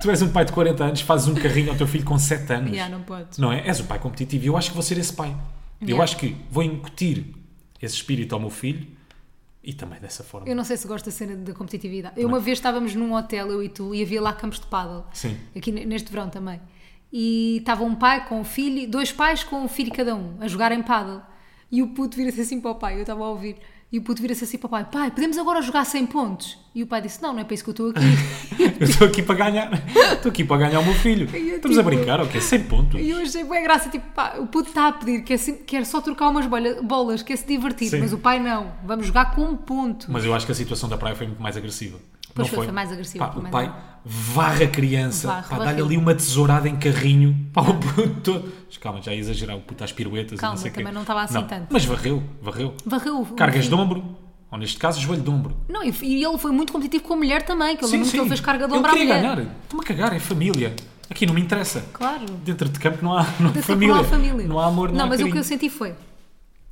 [SPEAKER 2] tu és um pai de 40 anos, fazes um carrinho ao teu filho com 7 anos.
[SPEAKER 1] Já, não podes.
[SPEAKER 2] Não é? És o pai competitivo e eu acho que vou ser esse pai. Eu
[SPEAKER 1] Yeah.
[SPEAKER 2] acho que vou incutir esse espírito ao meu filho E também dessa
[SPEAKER 1] *laughs*
[SPEAKER 2] forma.
[SPEAKER 1] Eu não sei se gosto da cena da competitividade. Eu uma vez estávamos num hotel, eu e tu, e havia lá campos de paddle.
[SPEAKER 2] Sim.
[SPEAKER 1] Aqui ne- neste verão também. E estava um pai com um filho, dois pais com um filho cada um, a jogar em paddle. E o puto vira-se assim para o pai, eu estava a ouvir. E o puto vira-se assim para o pai, pai, podemos agora jogar 100 pontos? E o pai disse, não, não é para isso que eu estou
[SPEAKER 2] *laughs*
[SPEAKER 1] aqui.
[SPEAKER 2] Eu estou aqui para ganhar. Estou aqui para ganhar o meu filho.
[SPEAKER 1] E eu,
[SPEAKER 2] Estamos a
[SPEAKER 1] tipo,
[SPEAKER 2] brincar, ok? Sem pontos.
[SPEAKER 1] e eu achei bem graça, tipo, pá, o puto está a pedir, quer, se- quer só trocar umas bolha- bolas, quer se divertir,
[SPEAKER 2] Sim.
[SPEAKER 1] mas o pai não, vamos jogar com um ponto.
[SPEAKER 2] Mas eu acho que a situação da praia foi muito mais agressiva.
[SPEAKER 1] Pois foi, foi mais agressiva,
[SPEAKER 2] Pá,
[SPEAKER 1] foi
[SPEAKER 2] o
[SPEAKER 1] mais
[SPEAKER 2] pai varra a criança,
[SPEAKER 1] Varre,
[SPEAKER 2] pá,
[SPEAKER 1] varre.
[SPEAKER 2] dá-lhe ali uma tesourada em carrinho. *laughs* Pá, o puto todo- Mas Calma, já ia exagerar o puto às piruetas. e
[SPEAKER 1] Calma,
[SPEAKER 2] não sei o quê.
[SPEAKER 1] também não estava assim tanto.
[SPEAKER 2] Mas varreu, varreu.
[SPEAKER 1] Varreu o
[SPEAKER 2] Cargas
[SPEAKER 1] o
[SPEAKER 2] de ombro, ou neste caso, joelho de ombro.
[SPEAKER 1] Não, e, e ele foi muito competitivo com a mulher também, que eu
[SPEAKER 2] Sim,
[SPEAKER 1] lembro que
[SPEAKER 2] sim.
[SPEAKER 1] ele fez carga de
[SPEAKER 2] Ele
[SPEAKER 1] ombro à
[SPEAKER 2] queria
[SPEAKER 1] mulher.
[SPEAKER 2] ganhar. Estou-me a cagar, é família. Aqui não me interessa.
[SPEAKER 1] Claro.
[SPEAKER 2] Dentro de campo não há, não há
[SPEAKER 1] Deve ser por
[SPEAKER 2] família.
[SPEAKER 1] lá a família.
[SPEAKER 2] Não há amor, não,
[SPEAKER 1] Não,
[SPEAKER 2] há
[SPEAKER 1] mas o que eu
[SPEAKER 2] carinho.
[SPEAKER 1] senti foi,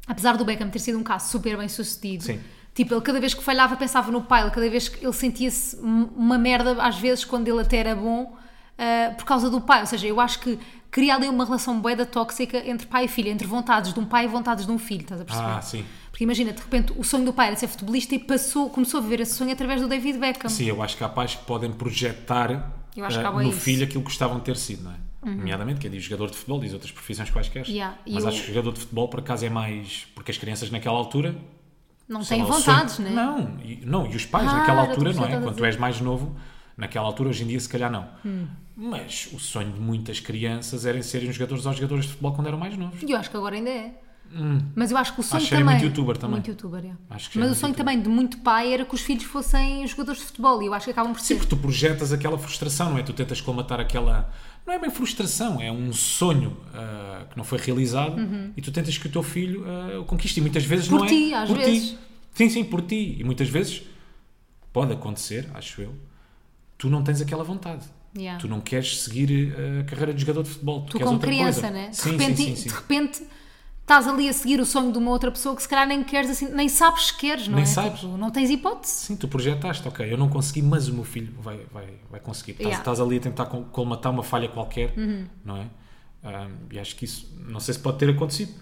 [SPEAKER 1] apesar do Beckham ter sido um caso super bem sucedido,
[SPEAKER 2] Sim.
[SPEAKER 1] tipo, ele cada vez que falhava pensava no pai, ele cada vez que ele sentia-se um- uma merda, às vezes, quando ele até era bom, ah, por causa do pai. Ou seja, eu acho que cria ali uma relação boeda tóxica entre pai e filho, entre vontades de um pai e vontades de um filho, estás a perceber?
[SPEAKER 2] Ah, sim.
[SPEAKER 1] Porque imagina, de repente, o sonho do pai era ser futebolista e passou, começou a viver esse sonho através do David Beckham.
[SPEAKER 2] Sim, eu acho que há pais que podem projetar
[SPEAKER 1] Eu acho que
[SPEAKER 2] eh,
[SPEAKER 1] há bué
[SPEAKER 2] no
[SPEAKER 1] isso.
[SPEAKER 2] filho aquilo que gostavam de ter sido, não é? Nomeadamente, quem diz jogador de futebol, diz outras profissões quaisquer.
[SPEAKER 1] Yeah, e
[SPEAKER 2] Mas
[SPEAKER 1] eu-
[SPEAKER 2] acho que jogador de futebol, por acaso, é mais. Porque as crianças naquela altura.
[SPEAKER 1] Não
[SPEAKER 2] sei
[SPEAKER 1] tem
[SPEAKER 2] lá, o
[SPEAKER 1] vontades,
[SPEAKER 2] sonho-
[SPEAKER 1] né?
[SPEAKER 2] Não, e, não, e os pais
[SPEAKER 1] Ah, era
[SPEAKER 2] naquela
[SPEAKER 1] o que
[SPEAKER 2] altura,
[SPEAKER 1] tu
[SPEAKER 2] não é?
[SPEAKER 1] estavas a Hum.
[SPEAKER 2] Quando tu
[SPEAKER 1] dizer.
[SPEAKER 2] és mais novo, naquela altura, hoje em dia, se calhar não. Mas o sonho de muitas crianças era serem jogadores ou jogadores de futebol quando eram mais novos.
[SPEAKER 1] E eu acho que agora ainda é. Mas eu acho que o sonho
[SPEAKER 2] Hum. Acho que era
[SPEAKER 1] também.
[SPEAKER 2] muito youtuber também.
[SPEAKER 1] Muito youtuber, é.
[SPEAKER 2] Acho que
[SPEAKER 1] Mas
[SPEAKER 2] era
[SPEAKER 1] o sonho
[SPEAKER 2] muito
[SPEAKER 1] também de muito pai era que os filhos fossem jogadores de futebol e eu acho que acabam por
[SPEAKER 2] Sim,
[SPEAKER 1] ser.
[SPEAKER 2] porque tu projetas aquela frustração, não é? Tu tentas colmatar aquela. Não é bem frustração, é um sonho ah, que não foi realizado e tu tentas que o teu filho ah, o conquiste. E muitas vezes
[SPEAKER 1] Por
[SPEAKER 2] não
[SPEAKER 1] ti,
[SPEAKER 2] é.
[SPEAKER 1] às vezes.
[SPEAKER 2] Ti. Sim, sim, por ti. E muitas vezes pode acontecer, acho eu, tu não tens aquela vontade.
[SPEAKER 1] Yeah.
[SPEAKER 2] Tu não queres seguir ah, a carreira de jogador de futebol. Tu,
[SPEAKER 1] Ah. Tu,
[SPEAKER 2] queres
[SPEAKER 1] como
[SPEAKER 2] outra
[SPEAKER 1] criança,
[SPEAKER 2] coisa.
[SPEAKER 1] né? De,
[SPEAKER 2] Sim,
[SPEAKER 1] repente,
[SPEAKER 2] sim, sim,
[SPEAKER 1] de
[SPEAKER 2] sim.
[SPEAKER 1] repente estás ali a seguir o sonho de uma outra pessoa que se calhar nem queres assim, nem sabes que queres, não
[SPEAKER 2] Nem
[SPEAKER 1] é?
[SPEAKER 2] sabes.
[SPEAKER 1] Tipo, não tens hipótese.
[SPEAKER 2] Sim, tu projetaste, ok, eu não consegui, mas o meu filho vai, vai, vai conseguir. Estás,
[SPEAKER 1] Yeah. Uhum.
[SPEAKER 2] estás ali a tentar col- colmatar uma falha qualquer, não é? Ah, e acho que isso, não sei se pode ter acontecido.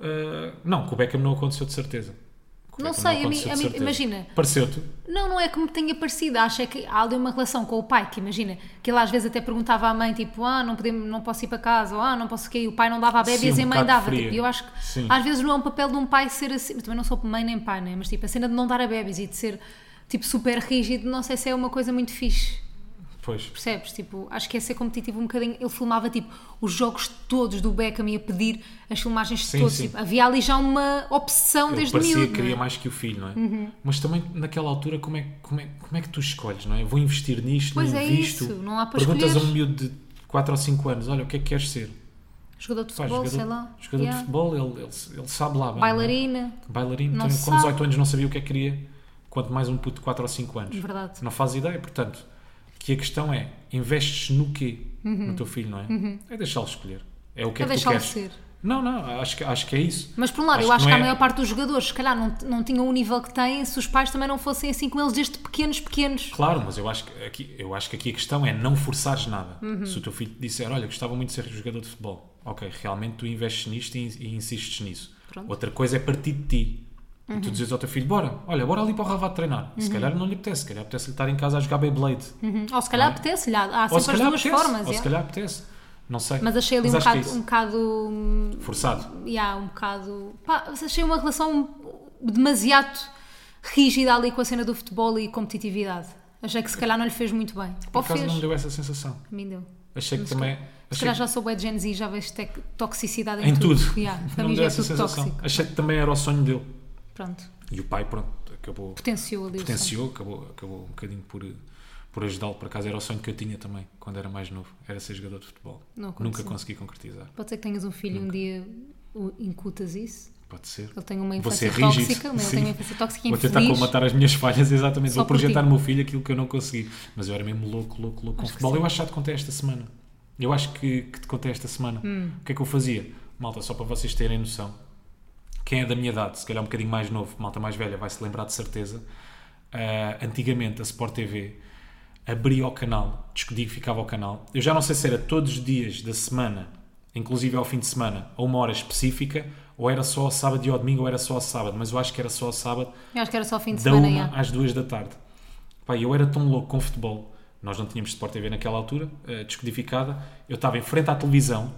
[SPEAKER 2] Ah, não, com o Beckham não aconteceu de certeza. Com o
[SPEAKER 1] Não
[SPEAKER 2] Beckham
[SPEAKER 1] sei, a mim-
[SPEAKER 2] aconteceu de
[SPEAKER 1] a mim-
[SPEAKER 2] certeza.
[SPEAKER 1] imagina.
[SPEAKER 2] Pareceu-te?
[SPEAKER 1] Não, não é que me tenha parecido. Acho é que há ali uma relação com o pai, que imagina, que ele às vezes até perguntava à mãe, tipo, ah, não, podemos, não posso ir para casa, ou ah, não posso cair. O pai não dava a bebês
[SPEAKER 2] Sim,
[SPEAKER 1] e
[SPEAKER 2] um
[SPEAKER 1] a mãe
[SPEAKER 2] bocado
[SPEAKER 1] dava.
[SPEAKER 2] fria.
[SPEAKER 1] Tipo, eu acho que
[SPEAKER 2] Sim.
[SPEAKER 1] às vezes não é um papel de um pai ser assim. Eu também não sou mãe nem pai, né? Mas tipo, a cena de não dar a bebês e de ser tipo super rígido, não sei se é uma coisa muito fixe.
[SPEAKER 2] Pois.
[SPEAKER 1] Percebes? Tipo, acho que é ser competitivo um bocadinho. Ele filmava tipo os jogos todos do Beckham e a pedir as filmagens de
[SPEAKER 2] Sim,
[SPEAKER 1] todos.
[SPEAKER 2] sim.
[SPEAKER 1] Tipo, havia ali já uma obsessão
[SPEAKER 2] Ele
[SPEAKER 1] desde
[SPEAKER 2] parecia
[SPEAKER 1] miúdo.
[SPEAKER 2] que
[SPEAKER 1] não é? Uhum.
[SPEAKER 2] queria mais que o filho, não é? Mas também naquela altura, como é, como, é, como é que tu escolhes, não é? Vou investir nisto,
[SPEAKER 1] Pois
[SPEAKER 2] não
[SPEAKER 1] é
[SPEAKER 2] invisto.
[SPEAKER 1] isso, não há para
[SPEAKER 2] Perguntas a
[SPEAKER 1] escolheres.
[SPEAKER 2] um miúdo de 4 ou 5 anos: olha, o que é que queres ser?
[SPEAKER 1] Jogador de
[SPEAKER 2] Pá,
[SPEAKER 1] futebol,
[SPEAKER 2] jogador
[SPEAKER 1] sei lá.
[SPEAKER 2] jogador
[SPEAKER 1] Yeah.
[SPEAKER 2] de futebol, ele, ele, ele sabe lá. bem, não é?
[SPEAKER 1] Bailarina.
[SPEAKER 2] Bailarino,
[SPEAKER 1] Não
[SPEAKER 2] então,
[SPEAKER 1] se
[SPEAKER 2] com
[SPEAKER 1] sabe.
[SPEAKER 2] 18 anos não sabia o que é que queria, quanto mais um puto de 4 ou 5 anos.
[SPEAKER 1] Verdade.
[SPEAKER 2] Não faz ideia, portanto, que a questão é, investes no quê no teu filho, não é? É deixá-lo escolher. É o que
[SPEAKER 1] Uhum. É
[SPEAKER 2] é, que tu
[SPEAKER 1] deixá-lo
[SPEAKER 2] queres.
[SPEAKER 1] ser.
[SPEAKER 2] Não, não, acho, que- acho que é isso.
[SPEAKER 1] Mas por um lado,
[SPEAKER 2] Acho
[SPEAKER 1] eu acho
[SPEAKER 2] que
[SPEAKER 1] que a
[SPEAKER 2] não é-
[SPEAKER 1] maior parte dos jogadores, se calhar, não, não tinham o nível que têm se os pais também não fossem assim com eles desde pequenos, pequenos.
[SPEAKER 2] Claro, mas eu acho, que aqui, eu acho que aqui a questão é não forçares nada.
[SPEAKER 1] Uhum.
[SPEAKER 2] Se o teu filho te disser, olha, gostava muito de ser jogador de futebol, ok, realmente tu investes nisto e, e insistes nisso.
[SPEAKER 1] Pronto. Uhum.
[SPEAKER 2] Outra coisa é partir de ti. E tu dizes ao teu filho, bora, olha, bora ali para o Ravado treinar. E Se calhar não lhe apetece, se calhar apetece-lhe estar em casa a jogar Beyblade.
[SPEAKER 1] Uhum. Ou se calhar apetece-lhe. Há há
[SPEAKER 2] é?
[SPEAKER 1] sempre
[SPEAKER 2] Ou se
[SPEAKER 1] as
[SPEAKER 2] calhar
[SPEAKER 1] duas
[SPEAKER 2] apetece,
[SPEAKER 1] formas.
[SPEAKER 2] ou
[SPEAKER 1] yeah.
[SPEAKER 2] se calhar apetece. Não sei.
[SPEAKER 1] Mas achei ali um
[SPEAKER 2] acho que é
[SPEAKER 1] bocado, um bocado. hum,
[SPEAKER 2] isso. Forçado.
[SPEAKER 1] yeah, um bocado. Pá, achei uma relação demasiado rígida ali com a cena do futebol e competitividade. Achei que se calhar não lhe fez muito bem. Ou
[SPEAKER 2] Por acaso
[SPEAKER 1] fez.
[SPEAKER 2] não me deu essa sensação.
[SPEAKER 1] A mim deu.
[SPEAKER 2] Achei que
[SPEAKER 1] Mas
[SPEAKER 2] também...
[SPEAKER 1] Se
[SPEAKER 2] Achei
[SPEAKER 1] calhar já soube de Gen Z, já vejo tec- toxicidade em,
[SPEAKER 2] em tudo. *laughs*
[SPEAKER 1] Yeah, para
[SPEAKER 2] não me
[SPEAKER 1] mim já
[SPEAKER 2] deu
[SPEAKER 1] é
[SPEAKER 2] essa
[SPEAKER 1] tudo
[SPEAKER 2] sensação.
[SPEAKER 1] tóxico.
[SPEAKER 2] Achei que também era o sonho dele.
[SPEAKER 1] Pronto.
[SPEAKER 2] E o pai, pronto, acabou...
[SPEAKER 1] Potenciou ali o sonho.
[SPEAKER 2] potenciou, acabou, acabou um bocadinho por, por ajudá-lo. Por acaso era o sonho que eu tinha também, quando era mais novo, era ser jogador de futebol.
[SPEAKER 1] Não aconteceu.
[SPEAKER 2] Nunca consegui concretizar.
[SPEAKER 1] Pode ser que tenhas um filho e um dia o- incutas isso.
[SPEAKER 2] Pode ser.
[SPEAKER 1] Ele tem uma
[SPEAKER 2] Vou
[SPEAKER 1] infância
[SPEAKER 2] ser rígido.
[SPEAKER 1] tóxica, mas ele
[SPEAKER 2] Sim.
[SPEAKER 1] tem uma infância tóxica e
[SPEAKER 2] Vou tentar
[SPEAKER 1] infeliz.
[SPEAKER 2] colmatar as minhas falhas, *laughs* exatamente.
[SPEAKER 1] Só
[SPEAKER 2] Vou
[SPEAKER 1] por
[SPEAKER 2] projetar
[SPEAKER 1] ti.
[SPEAKER 2] no meu filho aquilo que eu não consegui. Mas eu era mesmo louco, louco, louco com
[SPEAKER 1] Acho que
[SPEAKER 2] futebol.
[SPEAKER 1] sim.
[SPEAKER 2] Eu acho que já te contei esta semana. Eu acho que, que te contei esta semana.
[SPEAKER 1] Hum.
[SPEAKER 2] O que é que eu fazia? Malta, só para vocês terem noção, quem é da minha idade, se calhar um bocadinho mais novo, malta mais velha, vai se lembrar de certeza. ah, antigamente a Sport TV abria o canal, descodificava o canal. Eu já não sei se era todos os dias da semana, inclusive ao fim de semana, a uma hora específica, ou era só ao sábado e ao domingo, ou era só ao sábado, mas eu acho que era só ao sábado,
[SPEAKER 1] Eu acho que era só fim de
[SPEAKER 2] da
[SPEAKER 1] semana.
[SPEAKER 2] uma
[SPEAKER 1] já.
[SPEAKER 2] às duas da tarde. Pá, eu era tão louco com futebol, nós não tínhamos Sport TV naquela altura, eh, descodificada, eu estava em frente à televisão,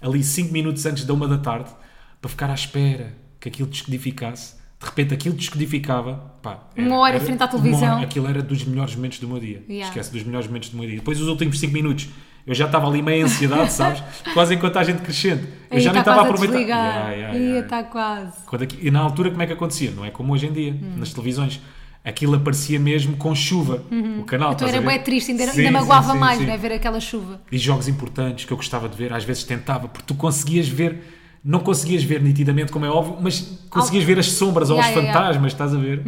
[SPEAKER 2] ali 5 minutos antes da uma da tarde, para ficar à espera que aquilo descodificasse. De repente aquilo descodificava, pá,
[SPEAKER 1] Uma hora em frente à televisão.
[SPEAKER 2] uma hora. aquilo era dos melhores momentos do meu dia.
[SPEAKER 1] Yeah.
[SPEAKER 2] Esquece, dos melhores momentos do meu dia. Depois os últimos 5 minutos, eu já estava ali meio ansiedade, *laughs* sabes? Quase em contagem decrescente. Eu
[SPEAKER 1] Aí
[SPEAKER 2] já nem
[SPEAKER 1] está
[SPEAKER 2] estava a
[SPEAKER 1] quase
[SPEAKER 2] aproveitar.
[SPEAKER 1] desligar.
[SPEAKER 2] Yeah, yeah,
[SPEAKER 1] Ih,
[SPEAKER 2] yeah.
[SPEAKER 1] está quase.
[SPEAKER 2] Quando aqui- e na altura como é que acontecia? Não é como hoje em dia,
[SPEAKER 1] Hum.
[SPEAKER 2] nas televisões. Aquilo aparecia mesmo com chuva. O canal
[SPEAKER 1] Então
[SPEAKER 2] estás a
[SPEAKER 1] era
[SPEAKER 2] ver?
[SPEAKER 1] bem triste, ainda,
[SPEAKER 2] Sim,
[SPEAKER 1] ainda
[SPEAKER 2] sim,
[SPEAKER 1] magoava
[SPEAKER 2] sim,
[SPEAKER 1] mais,
[SPEAKER 2] sim.
[SPEAKER 1] né? Ver aquela chuva.
[SPEAKER 2] E jogos importantes que eu gostava de ver, às vezes tentava, porque tu conseguias ver, não conseguias ver nitidamente, como é óbvio, mas conseguias ver as sombras ou os
[SPEAKER 1] Yeah, yeah, yeah. Uhum.
[SPEAKER 2] fantasmas, estás a ver?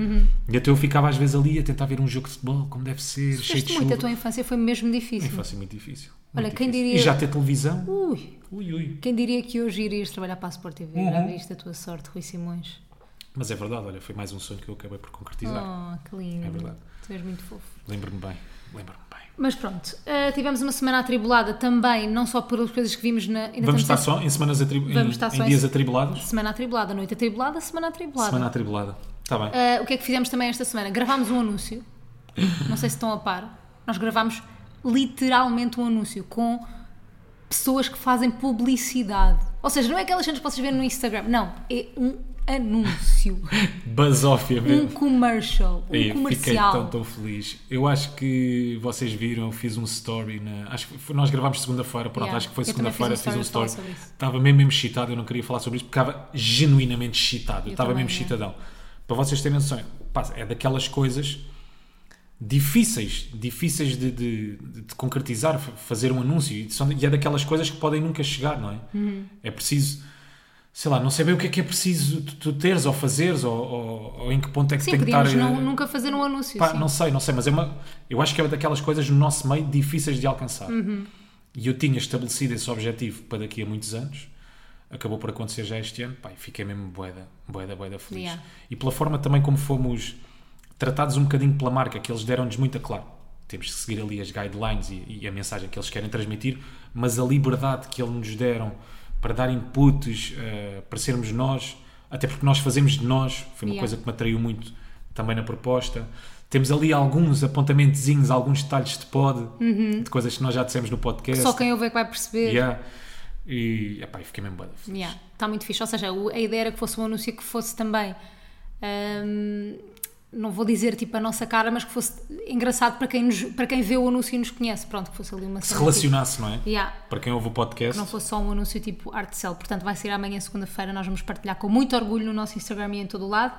[SPEAKER 2] E até eu ficava às vezes ali a tentar ver um jogo de futebol, como deve ser, cheio de
[SPEAKER 1] Sofreste muito,
[SPEAKER 2] chuva.
[SPEAKER 1] a tua infância foi mesmo difícil.
[SPEAKER 2] Infância muito difícil.
[SPEAKER 1] Olha,
[SPEAKER 2] muito
[SPEAKER 1] quem
[SPEAKER 2] difícil.
[SPEAKER 1] diria-
[SPEAKER 2] E já ter televisão?
[SPEAKER 1] Ui,
[SPEAKER 2] Ui, ui.
[SPEAKER 1] quem diria que hoje irias trabalhar para a Sport TV? Já
[SPEAKER 2] Uhum.
[SPEAKER 1] viste a tua sorte, Rui Simões?
[SPEAKER 2] Mas é verdade, olha, foi mais um sonho que eu acabei por concretizar.
[SPEAKER 1] Oh, que lindo.
[SPEAKER 2] É verdade.
[SPEAKER 1] Tu és muito fofo.
[SPEAKER 2] Lembro-me bem, lembro-me bem.
[SPEAKER 1] Mas pronto, eh, tivemos uma semana atribulada também, não só pelas coisas que vimos na. ainda estamos
[SPEAKER 2] Vamos estar
[SPEAKER 1] a-
[SPEAKER 2] só em semanas atribu- em,
[SPEAKER 1] Vamos estar só
[SPEAKER 2] em
[SPEAKER 1] em
[SPEAKER 2] dias
[SPEAKER 1] se-
[SPEAKER 2] atribulados?
[SPEAKER 1] Semana atribulada, noite atribulada, semana atribulada.
[SPEAKER 2] Semana atribulada. Está bem.
[SPEAKER 1] Ah, o que é que fizemos também esta semana? Gravámos um anúncio. Não sei se estão a par. Nós gravámos literalmente um anúncio com pessoas que fazem publicidade. Ou seja, não é aquelas cenas que vocês verem no Instagram. Não, é um anúncio.
[SPEAKER 2] Basófia
[SPEAKER 1] um
[SPEAKER 2] *laughs* mesmo.
[SPEAKER 1] commercial. Um
[SPEAKER 2] Ei, fiquei
[SPEAKER 1] comercial.
[SPEAKER 2] tão, tão feliz. Eu acho que vocês viram, eu fiz um story. Na, acho que foi- nós gravámos segunda-feira, pronto,
[SPEAKER 1] Yeah,
[SPEAKER 2] acho que foi
[SPEAKER 1] eu também
[SPEAKER 2] segunda-feira,
[SPEAKER 1] fiz
[SPEAKER 2] fiz
[SPEAKER 1] um
[SPEAKER 2] um
[SPEAKER 1] story
[SPEAKER 2] story.
[SPEAKER 1] a falar sobre isso.
[SPEAKER 2] Estava mesmo, mesmo excitado, eu não queria falar sobre isso, porque estava genuinamente excitado. Eu estava
[SPEAKER 1] também,
[SPEAKER 2] mesmo
[SPEAKER 1] é.
[SPEAKER 2] excitadão. Para vocês terem noção, pá, é daquelas coisas difíceis, difíceis de, de- de concretizar, fa- fazer um anúncio. E, são- e é daquelas coisas que podem nunca chegar, não é?
[SPEAKER 1] Uhum.
[SPEAKER 2] É preciso, sei lá, não sei bem o que é que é preciso tu, tu teres ou fazeres ou, ou- ou em que ponto é que
[SPEAKER 1] Sim,
[SPEAKER 2] tem que estar.
[SPEAKER 1] podíamos não-
[SPEAKER 2] eh,
[SPEAKER 1] nunca fazer um anúncio.
[SPEAKER 2] pá,
[SPEAKER 1] sim.
[SPEAKER 2] não sei, não sei, mas é uma, eu acho que é daquelas coisas no nosso meio difíceis de alcançar.
[SPEAKER 1] Uhum.
[SPEAKER 2] E eu tinha estabelecido esse objetivo para daqui a muitos anos. Acabou por acontecer já este ano. Pá, e fiquei mesmo boeda, boeda, boeda feliz.
[SPEAKER 1] Yeah.
[SPEAKER 2] E pela forma também como fomos tratados um bocadinho pela marca, que eles deram-nos muito a claro. Temos que seguir ali as guidelines e, e a mensagem que eles querem transmitir, mas a liberdade que eles nos deram para dar inputs, eh, para sermos nós, até porque nós fazemos de nós, foi uma
[SPEAKER 1] Yeah.
[SPEAKER 2] coisa que me atraiu muito também na proposta. Temos ali alguns apontamentezinhos, alguns detalhes de pod, de coisas que nós já dissemos no podcast.
[SPEAKER 1] Uhum. Só quem ouve é que vai perceber.
[SPEAKER 2] Yeah. E, epá, eu fiquei mesmo bué da feliz.
[SPEAKER 1] Yeah, está muito fixe. Ou seja, o- a ideia era que fosse um anúncio que fosse também. hum, não vou dizer tipo a nossa cara, mas que fosse engraçado para quem, nos- para quem vê o anúncio e nos conhece. Pronto, que fosse ali uma
[SPEAKER 2] Se
[SPEAKER 1] cena,
[SPEAKER 2] relacionasse, não é?
[SPEAKER 1] tipo, yeah,
[SPEAKER 2] Para quem ouve o podcast,
[SPEAKER 1] que não fosse só um anúncio tipo Art Cell. Portanto, vai ser amanhã, segunda-feira. Nós vamos partilhar com muito orgulho no nosso Instagram e em todo o lado.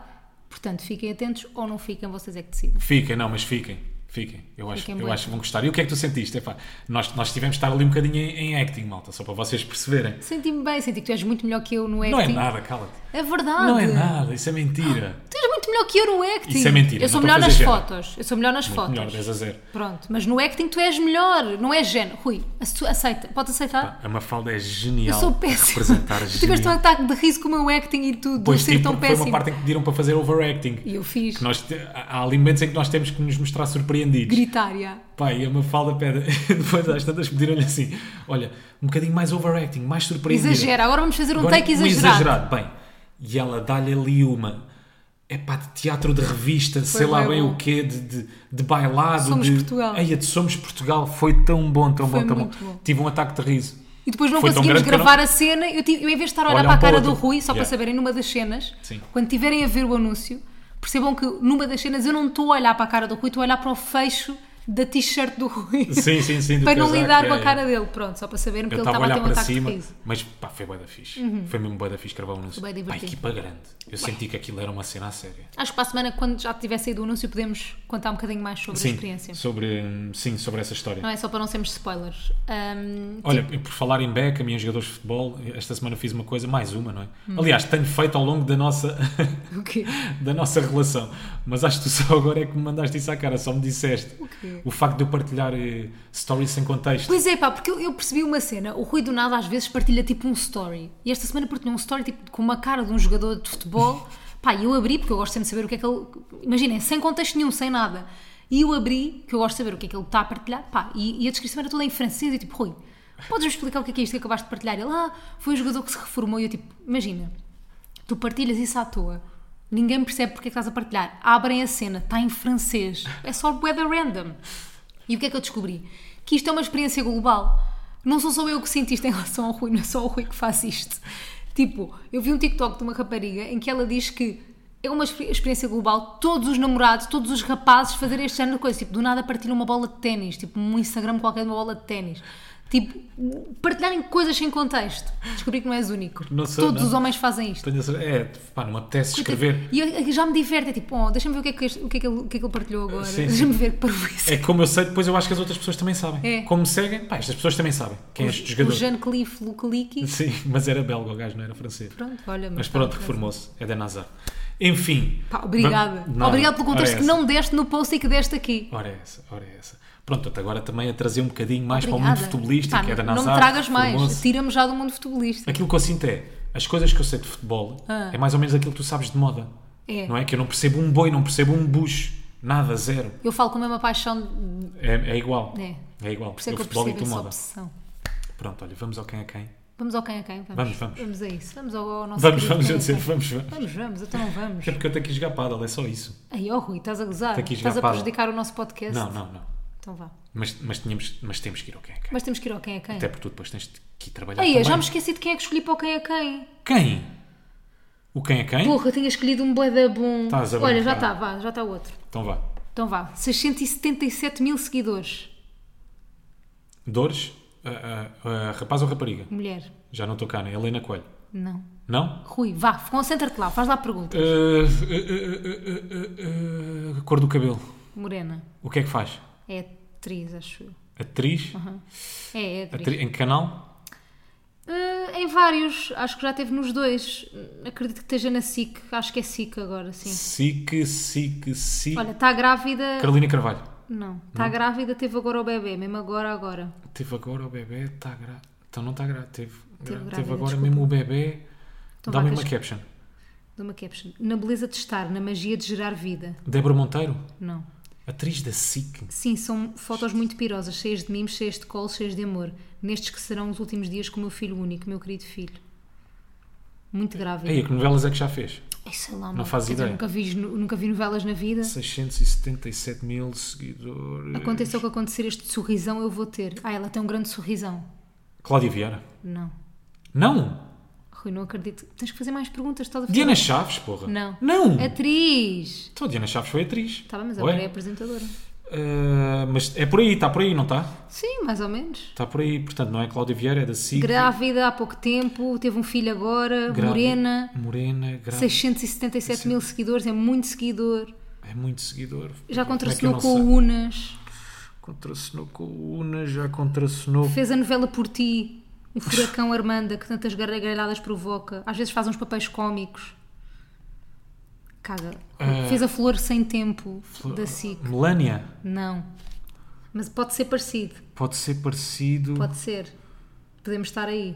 [SPEAKER 1] Portanto, fiquem atentos ou não fiquem, vocês é que decidem.
[SPEAKER 2] fiquem, não, mas fiquem. Fiquem, eu acho,
[SPEAKER 1] Fiquem
[SPEAKER 2] eu
[SPEAKER 1] bué.
[SPEAKER 2] acho que vão gostar. E o que é que tu sentiste? Epá, nós, nós tivemos de estar ali um bocadinho em, em acting, malta, só para vocês perceberem.
[SPEAKER 1] Senti-me bem, senti que tu és muito melhor que eu no acting.
[SPEAKER 2] Não é nada, cala-te.
[SPEAKER 1] É verdade.
[SPEAKER 2] Não é nada, isso é mentira.
[SPEAKER 1] Tu és muito melhor que eu no acting.
[SPEAKER 2] Isso é mentira,
[SPEAKER 1] Eu sou
[SPEAKER 2] não
[SPEAKER 1] melhor
[SPEAKER 2] estou a
[SPEAKER 1] nas
[SPEAKER 2] fazer género.
[SPEAKER 1] fotos. Eu sou melhor nas fotos.
[SPEAKER 2] Melhor 10 a 0.
[SPEAKER 1] Pronto, mas no acting tu és melhor, não é género. Rui, ace- aceita, pode aceitar?
[SPEAKER 2] A Mafalda é
[SPEAKER 1] eu
[SPEAKER 2] genial.
[SPEAKER 1] sou
[SPEAKER 2] a
[SPEAKER 1] péssima.
[SPEAKER 2] Representar
[SPEAKER 1] Tu *laughs* tiveste um
[SPEAKER 2] genial.
[SPEAKER 1] ataque de riso com o meu acting e tudo,
[SPEAKER 2] Pois,
[SPEAKER 1] de ser
[SPEAKER 2] tipo,
[SPEAKER 1] tão
[SPEAKER 2] porque foi
[SPEAKER 1] péssimo.
[SPEAKER 2] uma parte em que pediram para fazer overacting.
[SPEAKER 1] E eu fiz.
[SPEAKER 2] Que nós te- há há alimentos em que nós temos que nos mostrar surpreendidos.
[SPEAKER 1] Gritar, já.
[SPEAKER 2] Pá, e a Mafalda pede. *laughs* Depois às tantas pediram-lhe assim: olha, um bocadinho mais overacting, mais surpreendido.
[SPEAKER 1] Exagera, agora vamos fazer um take exagerado.
[SPEAKER 2] Bem, e ela dá-lhe ali uma. É pá, de teatro de revista, sei lá
[SPEAKER 1] bué
[SPEAKER 2] bem
[SPEAKER 1] bom.
[SPEAKER 2] o quê, de, de, de bailado.
[SPEAKER 1] Somos
[SPEAKER 2] de...
[SPEAKER 1] Portugal.
[SPEAKER 2] Eia, de Somos Portugal. Foi tão bom, tão
[SPEAKER 1] Foi
[SPEAKER 2] bom, tão
[SPEAKER 1] muito
[SPEAKER 2] bom.
[SPEAKER 1] bom.
[SPEAKER 2] Tive um ataque de riso.
[SPEAKER 1] E depois não
[SPEAKER 2] Foi tão
[SPEAKER 1] conseguimos
[SPEAKER 2] grande que eu não-
[SPEAKER 1] gravar a cena. Eu, tive, eu, em vez de estar a olhar
[SPEAKER 2] Olhar
[SPEAKER 1] para a
[SPEAKER 2] um para o
[SPEAKER 1] cara do
[SPEAKER 2] outro.
[SPEAKER 1] Rui, só para
[SPEAKER 2] Yeah.
[SPEAKER 1] saberem numa das cenas,
[SPEAKER 2] Sim.
[SPEAKER 1] quando tiverem a ver o anúncio, percebam que numa das cenas eu não estou a olhar para a cara do Rui, estou a olhar para o fecho da t-shirt do Rui.
[SPEAKER 2] Sim, sim, sim,
[SPEAKER 1] *laughs*
[SPEAKER 2] do
[SPEAKER 1] para não
[SPEAKER 2] casaco,
[SPEAKER 1] lidar
[SPEAKER 2] yeah,
[SPEAKER 1] com a cara
[SPEAKER 2] yeah.
[SPEAKER 1] dele. Pronto, só para saberem, porque
[SPEAKER 2] Eu
[SPEAKER 1] ele
[SPEAKER 2] estava a
[SPEAKER 1] estava a ter
[SPEAKER 2] olhar
[SPEAKER 1] um
[SPEAKER 2] para
[SPEAKER 1] ataque
[SPEAKER 2] cima,
[SPEAKER 1] de riso. Uhum.
[SPEAKER 2] mas pá, foi bué da fixe. Foi mesmo bué da fixe gravar o anúncio.
[SPEAKER 1] Bué
[SPEAKER 2] Pá,
[SPEAKER 1] divertido.
[SPEAKER 2] equipa grande. Eu senti que aquilo era uma cena a séria.
[SPEAKER 1] Acho que para a semana, quando já tiver saído o anúncio, podemos contar um bocadinho mais sobre a experiência.
[SPEAKER 2] sobre, hum, sim, sobre essa história.
[SPEAKER 1] Não é só para não sermos spoilers. Ahm,
[SPEAKER 2] Olha, por falar em Beckham e em jogadores de futebol, esta semana fiz uma coisa, mais uma, não é?
[SPEAKER 1] Uhum.
[SPEAKER 2] Aliás, tenho feito ao longo da nossa, *laughs*
[SPEAKER 1] tipo, *laughs* o quê?
[SPEAKER 2] da nossa relação, mas acho que tu só agora é que me mandaste isso à cara, só me disseste o,
[SPEAKER 1] quê?
[SPEAKER 2] facto de eu partilhar eh, stories sem contexto.
[SPEAKER 1] Pois é, pá, porque eu, eu percebi uma cena. O Rui do Nada às vezes partilha tipo um story. E esta semana partilhou um story tipo, com uma cara de um jogador de futebol. pá, e eu abri, porque eu gosto sempre de saber o que é que ele. Imaginem, sem contexto nenhum, sem nada. E eu abri, que eu gosto de saber o que é que ele está a partilhar. Pá, e, e a descrição era toda em francês. E tipo, Rui, podes-me explicar o que é que é isto que acabaste de partilhar? Ele, ah, foi um jogador que se reformou. E eu tipo, imagina. Tu partilhas isso à toa. Ninguém percebe porque é que estás a partilhar. Abrem a cena, está em francês. É só weather random. E o que é que eu descobri? Que isto é uma experiência global. Não sou só eu que sinto isto em relação ao Rui, *laughs* não é só o Rui que faz isto. Tipo, eu vi um TikTok de uma rapariga em que ela diz que é uma exper- experiência global todos os namorados, todos os rapazes fazerem este género de coisa. Tipo, do nada partilham uma bola de ténis, tipo, um Instagram qualquer de uma bola de ténis. Tipo, partilharem coisas sem contexto. Descobri que não és único.
[SPEAKER 2] Não sou,
[SPEAKER 1] todos
[SPEAKER 2] não.
[SPEAKER 1] os homens fazem isto.
[SPEAKER 2] Tenho a cer- É, pá, não me apetece escrever.
[SPEAKER 1] Tipo, E eu- eu já me diverte, é tipo, oh, deixa-me ver o que é que, este- o que, é que, ele, o que é que ele partilhou agora.
[SPEAKER 2] Sim, sim.
[SPEAKER 1] Deixa-me ver que parvoíce.
[SPEAKER 2] É como eu sei, depois eu acho que as outras pessoas também sabem.
[SPEAKER 1] É.
[SPEAKER 2] Como me seguem, pá, estas pessoas também sabem quem é este
[SPEAKER 1] o
[SPEAKER 2] jogador.
[SPEAKER 1] Jean-Cliff Lucaliki.
[SPEAKER 2] Sim, mas era belga o gajo, não era francês.
[SPEAKER 1] Pronto, olha.
[SPEAKER 2] Mas
[SPEAKER 1] tá,
[SPEAKER 2] pronto,
[SPEAKER 1] tá.
[SPEAKER 2] reformou-se. É da Nazar. Enfim.
[SPEAKER 1] Pá, obrigada.
[SPEAKER 2] Vam- Nada.
[SPEAKER 1] Obrigada pelo contexto
[SPEAKER 2] Ora
[SPEAKER 1] que
[SPEAKER 2] essa.
[SPEAKER 1] não deste no post e que deste aqui.
[SPEAKER 2] Ora essa, ora essa. Pronto, agora também a trazer um bocadinho mais para o
[SPEAKER 1] Obrigada.
[SPEAKER 2] mundo futebolístico,
[SPEAKER 1] Pá,
[SPEAKER 2] que é da
[SPEAKER 1] não-
[SPEAKER 2] Nazar.
[SPEAKER 1] Não me tragas mais.
[SPEAKER 2] reformou-se.
[SPEAKER 1] Tira-me já do mundo futebolístico.
[SPEAKER 2] Aquilo que eu sinto é, as coisas que eu sei de futebol
[SPEAKER 1] Ah.
[SPEAKER 2] é mais ou menos aquilo que tu sabes de moda.
[SPEAKER 1] É.
[SPEAKER 2] Não é? Que eu não percebo um boi, não percebo um bucho. Nada, zero.
[SPEAKER 1] Eu falo com a mesma paixão. de-
[SPEAKER 2] É, é igual.
[SPEAKER 1] É.
[SPEAKER 2] É igual.
[SPEAKER 1] Por isso é
[SPEAKER 2] eu
[SPEAKER 1] que eu
[SPEAKER 2] futebol e
[SPEAKER 1] percebo
[SPEAKER 2] tu
[SPEAKER 1] essa
[SPEAKER 2] moda.
[SPEAKER 1] obsessão.
[SPEAKER 2] Pronto, olha, vamos ao quem é quem.
[SPEAKER 1] Vamos ao quem a quem?
[SPEAKER 2] Vamos, vamos.
[SPEAKER 1] Vamos a isso. Vamos ao, ao nosso.
[SPEAKER 2] Vamos,
[SPEAKER 1] querido
[SPEAKER 2] vamos,
[SPEAKER 1] quem
[SPEAKER 2] eu
[SPEAKER 1] é
[SPEAKER 2] dizer,
[SPEAKER 1] quem.
[SPEAKER 2] vamos, vamos.
[SPEAKER 1] Vamos, vamos, então não
[SPEAKER 2] *laughs*
[SPEAKER 1] vamos.
[SPEAKER 2] É porque eu tenho que ir jogar paddle, é só isso.
[SPEAKER 1] Aí, ó Rui, estás a gozar.
[SPEAKER 2] Tem que ir
[SPEAKER 1] Estás a
[SPEAKER 2] jogar pádel.
[SPEAKER 1] prejudicar o nosso podcast.
[SPEAKER 2] Não, não, não.
[SPEAKER 1] Então vá.
[SPEAKER 2] Mas, mas, tínhamos, mas temos que ir ao quem é quem.
[SPEAKER 1] Mas temos que ir ao quem é quem.
[SPEAKER 2] Até porque tu depois tens que ir trabalhar
[SPEAKER 1] Aí, eu
[SPEAKER 2] também.
[SPEAKER 1] já me esqueci de quem é que escolhi para o quem é quem.
[SPEAKER 2] Quem? O quem é quem?
[SPEAKER 1] Porra, eu tinha escolhido um boeda bom.
[SPEAKER 2] Estás a
[SPEAKER 1] Olha, já está,
[SPEAKER 2] brincar.
[SPEAKER 1] vá, já está outro.
[SPEAKER 2] Então vá.
[SPEAKER 1] Então vá, 677 mil seguidores.
[SPEAKER 2] Dores? Ah, ah, ah, rapaz ou rapariga?
[SPEAKER 1] Mulher,
[SPEAKER 2] Já não estou cá, né? Helena Coelho.
[SPEAKER 1] não.
[SPEAKER 2] Não?
[SPEAKER 1] Rui, vá, concentra-te lá, faz lá a pergunta.
[SPEAKER 2] Ah, ah, ah, ah, ah, ah, cor do cabelo.
[SPEAKER 1] Morena,
[SPEAKER 2] O que é que faz?
[SPEAKER 1] é atriz, acho eu.
[SPEAKER 2] Atriz?
[SPEAKER 1] É, é atriz.
[SPEAKER 2] Atri- Em que canal?
[SPEAKER 1] Eh, em vários, acho que já teve nos dois. Acredito que esteja na SIC, acho que é SIC agora, sim.
[SPEAKER 2] SIC, SIC, SIC.
[SPEAKER 1] Olha, está grávida.
[SPEAKER 2] Carolina Carvalho.
[SPEAKER 1] Não, está grávida, teve agora o bebê, mesmo agora, agora.
[SPEAKER 2] Teve agora o bebê, está gra... Então não está grávida. Teve, gra-
[SPEAKER 1] grávida,
[SPEAKER 2] teve agora
[SPEAKER 1] desculpa.
[SPEAKER 2] mesmo o bebê.
[SPEAKER 1] Então
[SPEAKER 2] Dá-me
[SPEAKER 1] vá,
[SPEAKER 2] uma
[SPEAKER 1] tens-
[SPEAKER 2] caption.
[SPEAKER 1] Dou uma caption. Na beleza de estar, na magia de gerar vida.
[SPEAKER 2] Débora Monteiro,
[SPEAKER 1] Não.
[SPEAKER 2] atriz da SIC.
[SPEAKER 1] Sim, são fotos muito pirosas, cheias de mimos, cheias de colo, cheias de amor. Nestes que serão os últimos dias com o meu filho único, meu querido filho. Muito grávida.
[SPEAKER 2] Ei, que novelas é que já fez?
[SPEAKER 1] Ai, sei lá,
[SPEAKER 2] faz ideia.
[SPEAKER 1] nunca, vi, nunca vi novelas na vida.
[SPEAKER 2] 677 mil seguidores.
[SPEAKER 1] Aconteça o que acontecer, este sorrisão eu vou ter. Ah, ela tem um grande sorrisão.
[SPEAKER 2] Cláudia Vieira.
[SPEAKER 1] Não.
[SPEAKER 2] Não!
[SPEAKER 1] Rui, não acredito. Tens que fazer mais perguntas, estás a fazer.
[SPEAKER 2] Diana Chaves, porra.
[SPEAKER 1] Não.
[SPEAKER 2] Não!
[SPEAKER 1] Atriz!
[SPEAKER 2] Então, Diana Chaves foi atriz.
[SPEAKER 1] Está bem, mas
[SPEAKER 2] Ué?
[SPEAKER 1] agora é apresentadora.
[SPEAKER 2] Ah, mas é por aí, está por aí, não está?
[SPEAKER 1] Sim, mais ou menos.
[SPEAKER 2] Está por aí, portanto, não é Cláudia Vieira, é da SIC.
[SPEAKER 1] Grávida há pouco tempo, teve um filho agora,
[SPEAKER 2] Grávida.
[SPEAKER 1] morena.
[SPEAKER 2] Morena, grávida.
[SPEAKER 1] 677 mil seguidores, é muito seguidor.
[SPEAKER 2] É muito seguidor.
[SPEAKER 1] Já
[SPEAKER 2] Como é que eu
[SPEAKER 1] contracenou
[SPEAKER 2] não
[SPEAKER 1] com
[SPEAKER 2] sei?
[SPEAKER 1] o Unas,
[SPEAKER 2] Contracenou com o Una, já contracenou.
[SPEAKER 1] fez a novela Por Ti, o furacão Armanda, que tantas gargalhadas provoca, às vezes faz uns papéis cómicos. Caga.
[SPEAKER 2] É.
[SPEAKER 1] Fez a Flor Sem Tempo, da SIC.
[SPEAKER 2] Melania,
[SPEAKER 1] Não. Mas pode ser parecido,
[SPEAKER 2] pode ser parecido.
[SPEAKER 1] pode ser. Podemos estar aí.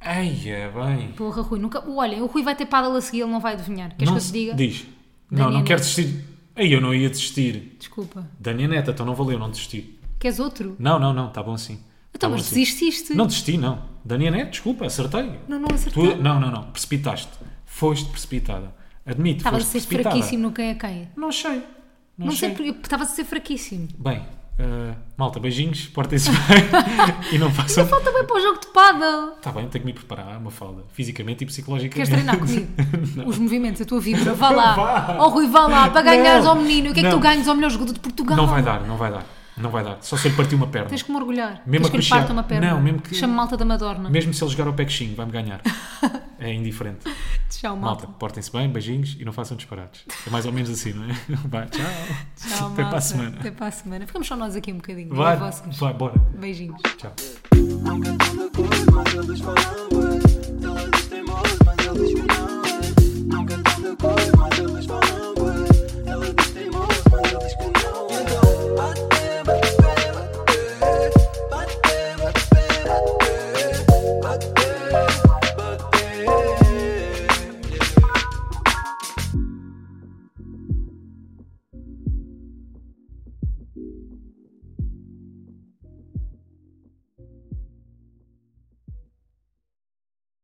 [SPEAKER 2] Ai, é bem.
[SPEAKER 1] Porra, Rui, nunca... Olha, o Rui vai ter pádala a seguir, ele não vai adivinhar. Queres
[SPEAKER 2] não
[SPEAKER 1] que eu te
[SPEAKER 2] se-
[SPEAKER 1] diga?
[SPEAKER 2] Diz. Não, não
[SPEAKER 1] Neta.
[SPEAKER 2] quero desistir. Aí eu não ia desistir.
[SPEAKER 1] Desculpa.
[SPEAKER 2] Dania Neta, então não valeu, não desisti.
[SPEAKER 1] Queres outro?
[SPEAKER 2] Não, não, não, está bom assim. Tá
[SPEAKER 1] Então,
[SPEAKER 2] bom
[SPEAKER 1] mas
[SPEAKER 2] assim.
[SPEAKER 1] desististe.
[SPEAKER 2] Não desisti, não. Dania Neto, desculpa, acertei.
[SPEAKER 1] não, não acertei.
[SPEAKER 2] Tu- não, não, não, precipitaste. Foste precipitada. Admito,
[SPEAKER 1] Estava a
[SPEAKER 2] foste
[SPEAKER 1] ser
[SPEAKER 2] precipitada.
[SPEAKER 1] fraquíssimo no quem é quem.
[SPEAKER 2] Não sei. Não,
[SPEAKER 1] Não
[SPEAKER 2] sei.
[SPEAKER 1] sei porque estava a ser fraquíssimo.
[SPEAKER 2] Bem, eh, malta, beijinhos, portem-se *laughs* bem e não façam.
[SPEAKER 1] Falta bem para o jogo de paddle.
[SPEAKER 2] Está bem, tenho que me preparar, uma falda, fisicamente e
[SPEAKER 1] Queres
[SPEAKER 2] psicologicamente. *laughs*
[SPEAKER 1] treinar comigo? Os movimentos, a tua vibra, vá lá.
[SPEAKER 2] Vá.
[SPEAKER 1] Ó Rui, vá lá, para ganhares
[SPEAKER 2] Não.
[SPEAKER 1] ao menino. O que é que
[SPEAKER 2] Não.
[SPEAKER 1] tu ganhas ao melhor jogador de Portugal?
[SPEAKER 2] Não vai dar, não vai dar. Não vai dar. Só se ele partir uma perna.
[SPEAKER 1] Tens que me orgulhar. Tens
[SPEAKER 2] Mesmo
[SPEAKER 1] que lhe
[SPEAKER 2] acuchar.
[SPEAKER 1] parta uma perna.
[SPEAKER 2] Não, mesmo que-
[SPEAKER 1] Chama malta da Madonna.
[SPEAKER 2] Mesmo se ele jogar ao pequinho, vai-me *laughs* ganhar. É indiferente.
[SPEAKER 1] Tchau, malta.
[SPEAKER 2] Malta, portem-se bem, beijinhos e não façam disparates. É mais ou menos assim, não é? *laughs* Vai, tchau.
[SPEAKER 1] Tchau,
[SPEAKER 2] Até para
[SPEAKER 1] malta.
[SPEAKER 2] a semana.
[SPEAKER 1] Até para a semana. Ficamos só nós aqui um bocadinho.
[SPEAKER 2] Vai,
[SPEAKER 1] Eu e vocês.
[SPEAKER 2] vai, bora.
[SPEAKER 1] Beijinhos.
[SPEAKER 2] Tchau.
[SPEAKER 3] Não cantando a cor, mas eles falam a Elas têm voz, mas eles me